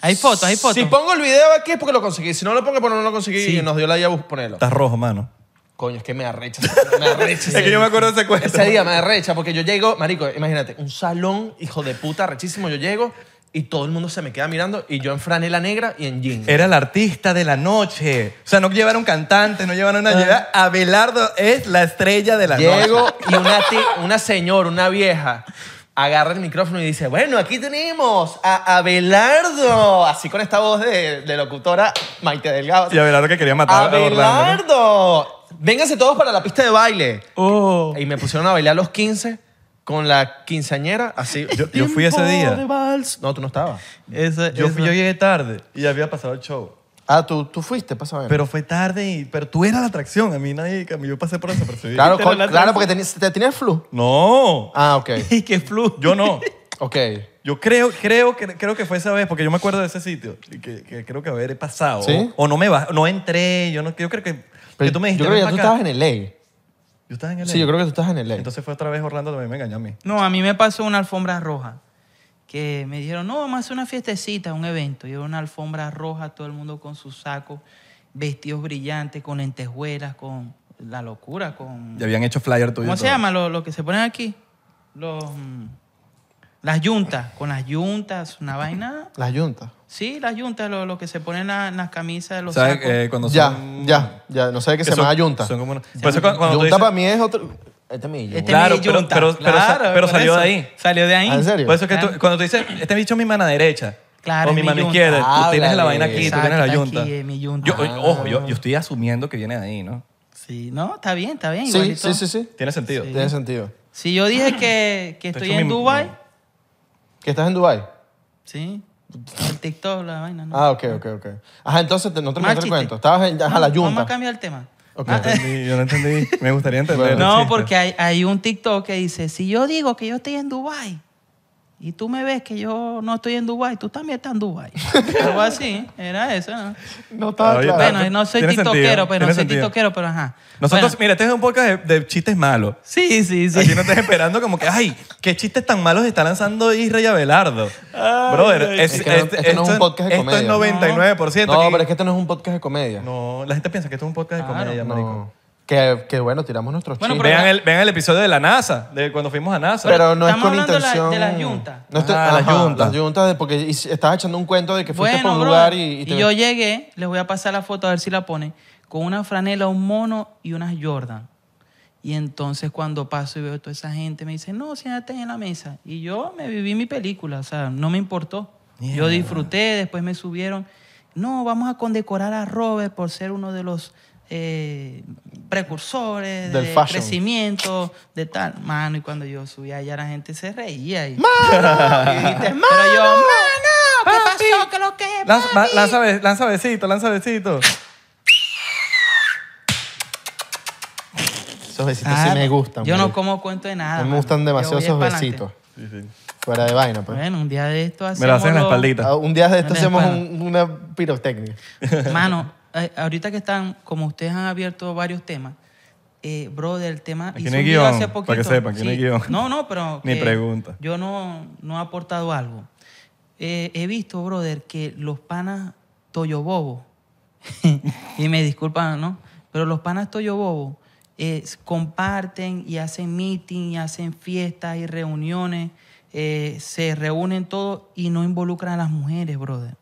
A: Hay fotos, hay fotos.
C: Si pongo el video aquí es porque lo conseguí, si no lo pongo porque no lo conseguí
A: Sí.
C: y nos dio la llave ponerlo.
B: Estás rojo, mano.
C: Coño, es que me arrecha. Me arrecha.
B: Es que yo me acuerdo de ese cuento.
C: Ese día me arrecha porque yo llego, marico, imagínate, un salón, hijo de puta, rechísimo. Yo llego y todo el mundo se me queda mirando y yo en franela negra y en jean.
B: Era el artista de la noche. O sea, no llevaron cantante, no llevaron
C: Ah.
B: nada. Lleva- Abelardo es la estrella de la noche.
C: llego y una, ti- una señora, una vieja, agarra el micrófono y dice, bueno, aquí tenemos a Abelardo. Así con esta voz de, de locutora Maite Delgado.
B: Y Abelardo que quería matar a Orlando.
C: ¡Abelardo! Vénganse todos para la pista de baile.
A: Oh.
C: Y me pusieron a bailar a los 15 con la quinceañera, así.
B: Yo- yo fui ese
C: Tiempo
B: día.
C: de vals. No, tú no estabas.
A: Eso-
B: Yo,
A: eso-
B: fui- yo llegué tarde y ya había pasado el show.
C: Ah, tú, tú fuiste, pasa a ver.
B: Pero fue tarde, y, pero tú eras la atracción. A mí nadie, a mí yo pasé por eso, percibí.
C: claro,
A: Pero
C: col-
A: la
C: claro,
A: tranza-
C: porque tenías- te tenías flu.
B: No,
C: Ah, ok.
A: Y que flu.
B: yo no.
C: Ok.
B: Yo creo, creo, que, creo que fue esa vez, porque yo me acuerdo de ese sitio, y que, que creo que haber pasado.
C: ¿Sí?
B: O no me baj- no entré, yo, no, yo creo que,
C: Pero
B: que tú me dijiste.
C: yo creo
B: "Ven
C: que ya tú
B: pa' acá".
C: estabas en el ley.
B: Yo estaba en el
C: Sí, yo creo que tú estabas en el ley.
B: Entonces fue otra vez Orlando también me engañó a mí.
A: No, a mí me pasó una alfombra roja. Que me dijeron, no, vamos a hacer una fiestecita, un evento. Y era una alfombra roja, todo el mundo con sus sacos, vestidos brillantes, con lentejuelas, con la locura, con...
B: Ya habían hecho flyer tuyo. y
A: ¿Cómo se
B: todo.
A: llama lo, lo que se ponen aquí? Los, mm, las yuntas, con las yuntas, una vaina...
C: Las yuntas.
A: Sí, las yuntas, lo, lo que se ponen en la- en las camisas de los
B: ¿Sabes?
A: sacos.
B: Eh, cuando
C: Ya,
B: son-
C: ya, ya. No sé qué
B: que
C: se
B: son-
C: llama yunta.
B: Son como una- Por eso cuando, cuando tú
C: Yunta
B: dices-
C: para mí es otro. Este es mi yunta.
A: Este
B: claro,
A: es mi
B: pero-
A: yunta.
B: pero- pero sa- pero
A: por
B: salió de
A: eso.
B: ahí.
A: Salió de ahí.
C: Ah, ¿en serio?
B: Por eso que tú-
A: Claro.
B: cuando tú dices, este bicho es mi mano derecha.
A: Claro,
B: o
A: es
B: mi
A: mi
B: mano
A: yunta.
B: izquierda. Tú tienes la
C: Háblale.
B: vaina aquí, tú tienes la
A: Exacto,
B: yunta.
A: aquí es mi yunta.
B: Yo- oye, ojo, yo, yo estoy asumiendo que viene de ahí, ¿no?
A: Sí, no, está bien, está bien.
C: Sí,
A: igualito.
C: sí, sí, sí.
B: Tiene sentido.
C: Tiene sentido.
A: Si yo dije que, que
B: Te
A: estoy
B: echo
A: en
B: mi-
A: Dubai,
C: ¿Que estás en Dubai?
A: sí. El TikTok, la vaina. ¿no?
C: Ah, ok, ok, ok. Ajá, entonces te- no
A: Más
C: terminaste el
A: chiste.
C: cuento. Estabas en ajá, la
A: Vamos- Vamos
C: yunta.
A: a cambiar el tema.
C: Ok.
B: No entendí, yo no entendí. Me gustaría entender. el
C: Bueno.
A: No,
B: chiste.
A: porque hay, hay un TikTok que dice, si yo digo que yo estoy en Dubai y tú me ves que yo no estoy en Dubai, tú también estás en Dubai. Algo así, era eso, ¿no?
C: No estaba
B: Oye,
C: claro.
B: está-
A: Bueno, no soy
B: tiene sentido,
A: tiktokero, pero
B: tiene
A: no soy
B: sentido.
A: tiktokero, pero ajá.
B: Nosotros,
A: Bueno,
B: mira, este es un podcast de, de chistes malos.
A: sí, sí, sí.
B: Aquí no estás esperando como que, ay, qué chistes tan malos está lanzando Israel Abelardo. Brother, es,
C: Es que no-
B: es-
C: este no es un
B: esto-
C: podcast de comedia.
B: Esto es 99%.
C: No,
B: aquí-
C: pero es que este no es un podcast de comedia.
B: No, la gente piensa que esto es un podcast de
A: Claro,
B: comedia,
C: No.
B: marico.
C: Que, que bueno, tiramos nuestros
A: Bueno,
C: chistes.
B: Vean el, vean el episodio de la NASA, de cuando fuimos a NASA.
C: Pero, no es
A: estamos
C: con
A: hablando de la-
C: intención.
A: de las yuntas.
C: No estoy-
B: Ah, las
C: ajá,
B: yuntas.
C: Las yuntas, de- porque y- estabas echando un cuento de que fuiste por un
A: bro,
C: lugar y, y te-
A: yo llegué, les voy a pasar la foto a ver si la ponen, con una franela, un mono y unas Jordan. Y entonces cuando paso y veo toda esa gente, me dice, no, siéntate en la mesa. Y yo me viví mi película, o sea, no me importó. Yo disfruté, después me subieron. No, vamos a condecorar a Robert por ser uno de los eh, precursores
C: Del
A: de
C: fashion.
A: crecimiento, de tal. Mano, y cuando yo subí allá la gente se reía. Y, ¡Mano! Y dijiste, ¡Mano! Pero yo, ¡Mano! ¿Qué pasó? ¿Qué lo que es,
B: lanza, ma- lanza be- lanza besito, lanza besito.
C: Esos besitos
A: Ah,
C: sí me gustan.
A: Yo no
C: marico.
A: como cuento de nada.
C: No me
A: mano.
C: gustan
A: Yo
C: demasiado
A: voy
C: esos
A: es pa'lante.
C: besitos. Fuera de vaina, pues.
A: Bueno, un día de esto hacemos...
B: Me lo hacen en la
A: lo-
B: espaldita.
C: Ah, Un día de esto
A: Dale,
C: hacemos
A: espalda.
C: un- una pirotecnia.
A: Mano, eh, ahorita que están, como ustedes han abierto varios temas, eh, brother, el tema...
B: Aquí
A: hice
B: no hay
A: un video
B: guión,
A: hace
B: para que
A: poquito.
B: sepan, aquí no hay guión.
A: No, no, pero...
B: Ni
A: que
B: pregunta.
A: Yo no, no he aportado algo. Eh, he visto, brother, que los panas Toyo Bobo, y me disculpan, ¿no? Pero los panas Toyo Bobo eh, comparten y hacen meeting y hacen fiestas y reuniones, eh, se reúnen todos y no involucran a las mujeres, brother.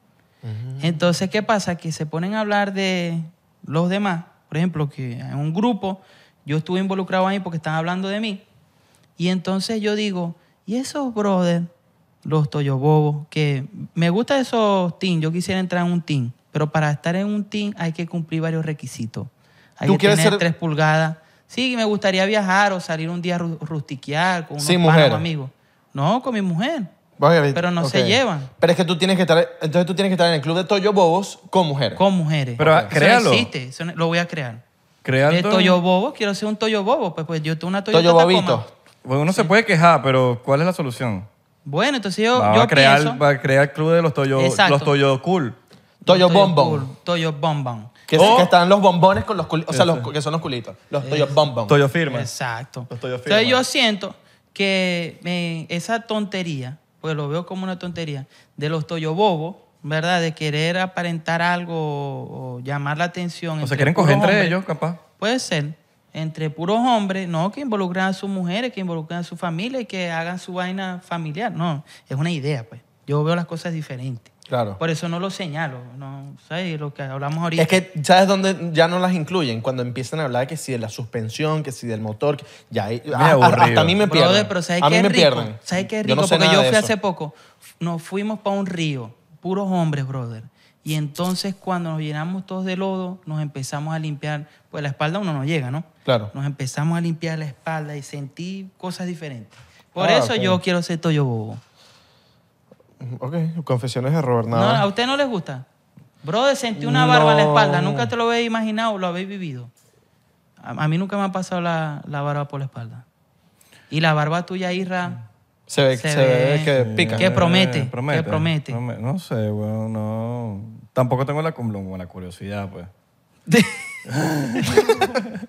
A: Entonces, ¿qué pasa? Que se ponen a hablar de los demás. Por ejemplo, que en un grupo yo estuve involucrado ahí porque están hablando de mí. Y entonces yo digo, ¿y esos brothers, los toyobobos, que me gusta esos team, yo quisiera entrar en un team, pero para estar en un team hay que cumplir varios requisitos. Hay
C: ¿Tú
A: que
C: quieres
A: tener
C: ser-
A: tres pulgadas. Sí, me gustaría viajar o salir un día a ru- rustiquear con unos
C: Sin
A: panas o
C: mujeres.
A: amigos. No, con mi mujer.
C: Vale,
A: Pero no se
C: ok.
A: llevan.
C: Pero es que tú tienes que estar, entonces tú tienes que estar en el club de Toyo Bobos con mujeres.
A: Con mujeres.
B: Pero,
A: Eso no
B: créalo.
A: existe, eso no- lo voy a crear.
B: Creando...
A: El Toyo Bobo, quiero ser un Toyo Bobo. Pues, pues yo tengo una Toyota
C: Toyo
A: Tacoma.
C: Bobito.
B: Bueno, uno se puede quejar, pero ¿cuál es la solución?
A: Bueno, entonces yo,
B: Va
A: yo
B: a crear,
A: pienso...
B: va a crear el club de los Toyo,
A: Exacto.
B: los Toyo Cool.
C: Toyo
A: cool,
C: Bombón.
A: Toyo Bombón.
C: Que,
B: O-
C: que están los bombones con los culitos. O sea, los, que son los culitos. Los Toyo Bombón.
B: Toyo Firma.
A: Exacto.
B: Los Toyo
A: Entonces
B: Firma.
A: yo siento que eh, esa tontería, pues lo veo como una tontería, de los Toyo Bobos, ¿verdad? De querer aparentar algo o, o llamar la atención.
B: O sea,
A: entre
B: quieren coger
A: puros
B: entre
A: hombres.
B: ellos, capaz.
A: Puede ser. Entre puros hombres, no que involucren a sus mujeres, que involucren a su familia y que hagan su vaina familiar. No, es una idea, pues. Yo veo las cosas diferentes.
C: Claro.
A: Por eso no lo señalo, no ¿sabes? Lo que hablamos ahorita.
C: Es que, ¿sabes dónde ya no las incluyen? Cuando empiezan a hablar que si de la suspensión, que si del motor, que ya ahí-
B: Muy
C: a- a-
B: aburrido.
C: hasta a mí me
A: Brother,
C: pierden.
A: pero ¿sabes
C: a
A: qué
C: mí
A: es
C: me
A: rico?
C: pierden.
A: ¿Sabes qué es
C: Yo
A: rico?
C: no sé
A: Porque
C: nada
A: yo
C: de
A: fui
C: eso.
A: hace poco, f- nos fuimos para un río, puros hombres, brother. Y entonces cuando nos llenamos todos de lodo, nos empezamos a limpiar, pues la espalda uno no llega, ¿no?
C: Claro.
A: Nos empezamos a limpiar la espalda y sentí cosas diferentes. Por
C: Ah,
A: eso
C: ok.
A: yo quiero ser Toyo Bobo.
C: Ok, confesiones de Robert
A: No,
C: Nava.
A: ¿A usted no les gusta? Brother, sentí una barba en la
C: No.
A: espalda. Nunca te lo habéis imaginado, lo habéis vivido. A, a mí nunca me ha pasado la, la barba por la espalda. Y la barba tuya, Isra,
C: se ve, se ve que pica.
A: Que promete,
B: Eh,
A: que promete.
B: Prome- No sé, weón, no. Tampoco tengo la, cum- como la curiosidad, pues.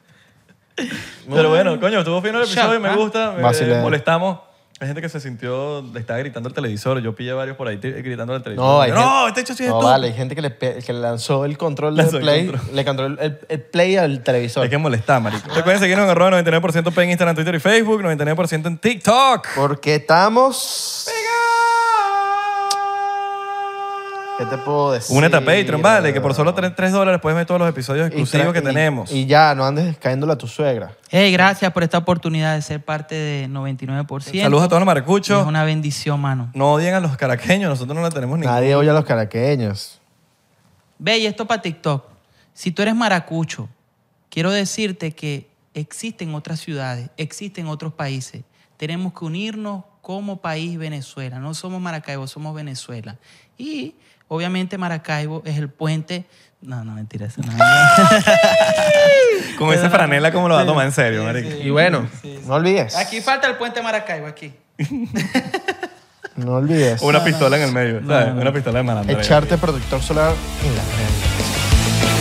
B: Pero bueno, coño, estuvo fino el episodio,
A: Shock,
B: me
A: ¿ah?
B: gusta, me
C: Vacilé.
B: molestamos. Hay gente que se sintió, le estaba gritando al televisor. Yo pillé varios por ahí ti- gritando al televisor.
C: No, hay
B: no este
C: gente-
B: hecho sí es
C: No,
B: tú.
C: vale, hay gente que le, pe- que le lanzó el control del
B: Lanzó el
C: play,
B: control.
C: le control, el, el play al televisor.
B: Hay que molestar, marico. Recuerden seguirnos en arroba 99% P en Instagram, Twitter y Facebook, 99% en TikTok.
C: Porque estamos... ¿Qué te puedo decir?
B: Únete a Patreon, vale, que por solo
C: tres
B: 3, dólares puedes ver todos los episodios exclusivos que tenemos.
C: Y ya, no andes cayéndole a tu suegra.
A: Hey, gracias por esta oportunidad de ser parte de 99%.
B: Saludos a todos los
A: Es
B: maracuchos.
A: una bendición, mano.
B: No odien a los caraqueños, nosotros no la tenemos ni.
C: Nadie oye a los caraqueños.
A: Ve, y esto para TikTok. Si tú eres maracucho, quiero decirte que existen otras ciudades, existen otros países. Tenemos que unirnos como país Venezuela. No somos Maracaibo, somos Venezuela. Y obviamente Maracaibo es el puente. No, no, mentira, eso no.
B: Con esa franela, como lo va a tomar en serio, marico?
C: Y bueno, no olvides.
A: Aquí falta el puente Maracaibo, aquí.
C: No olvides.
B: O Una pistola en el medio, ¿sabes? Una pistola de malandro.
C: Echarte protector solar en la frente.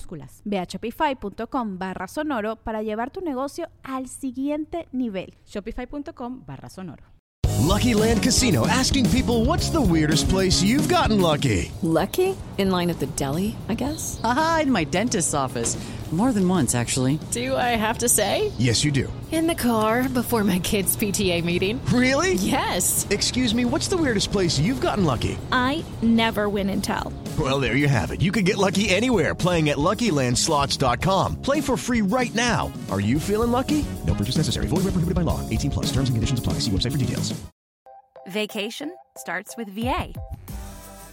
F: Ve a shopify.com barra sonoro para llevar tu negocio al siguiente nivel.
G: Shopify.com barra sonoro.
H: Lucky Land Casino asking people what's the weirdest place you've gotten lucky?
I: Lucky? In line at the deli, I guess?
J: Aha, in my dentist's office. More than once, actually.
I: Do I have to say?
H: Yes, you do.
I: In the car before my kids' PTA meeting.
H: Really?
I: Yes.
H: Excuse me, what's the weirdest place you've gotten lucky?
F: I never win and tell.
H: Well, there you have it. You can get lucky anywhere playing at LuckyLandSlots.com. Play for free right now. Are you feeling lucky? No purchase necessary. Void where prohibited by law. 18 plus. Terms and conditions apply. See website for details.
K: Vacation starts with VA.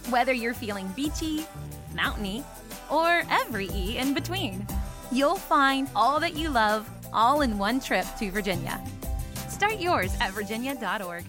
K: Whether you're feeling beachy, mountainy, or every E in between, you'll find all that you love all in one trip to Virginia. Start yours at virginia.org.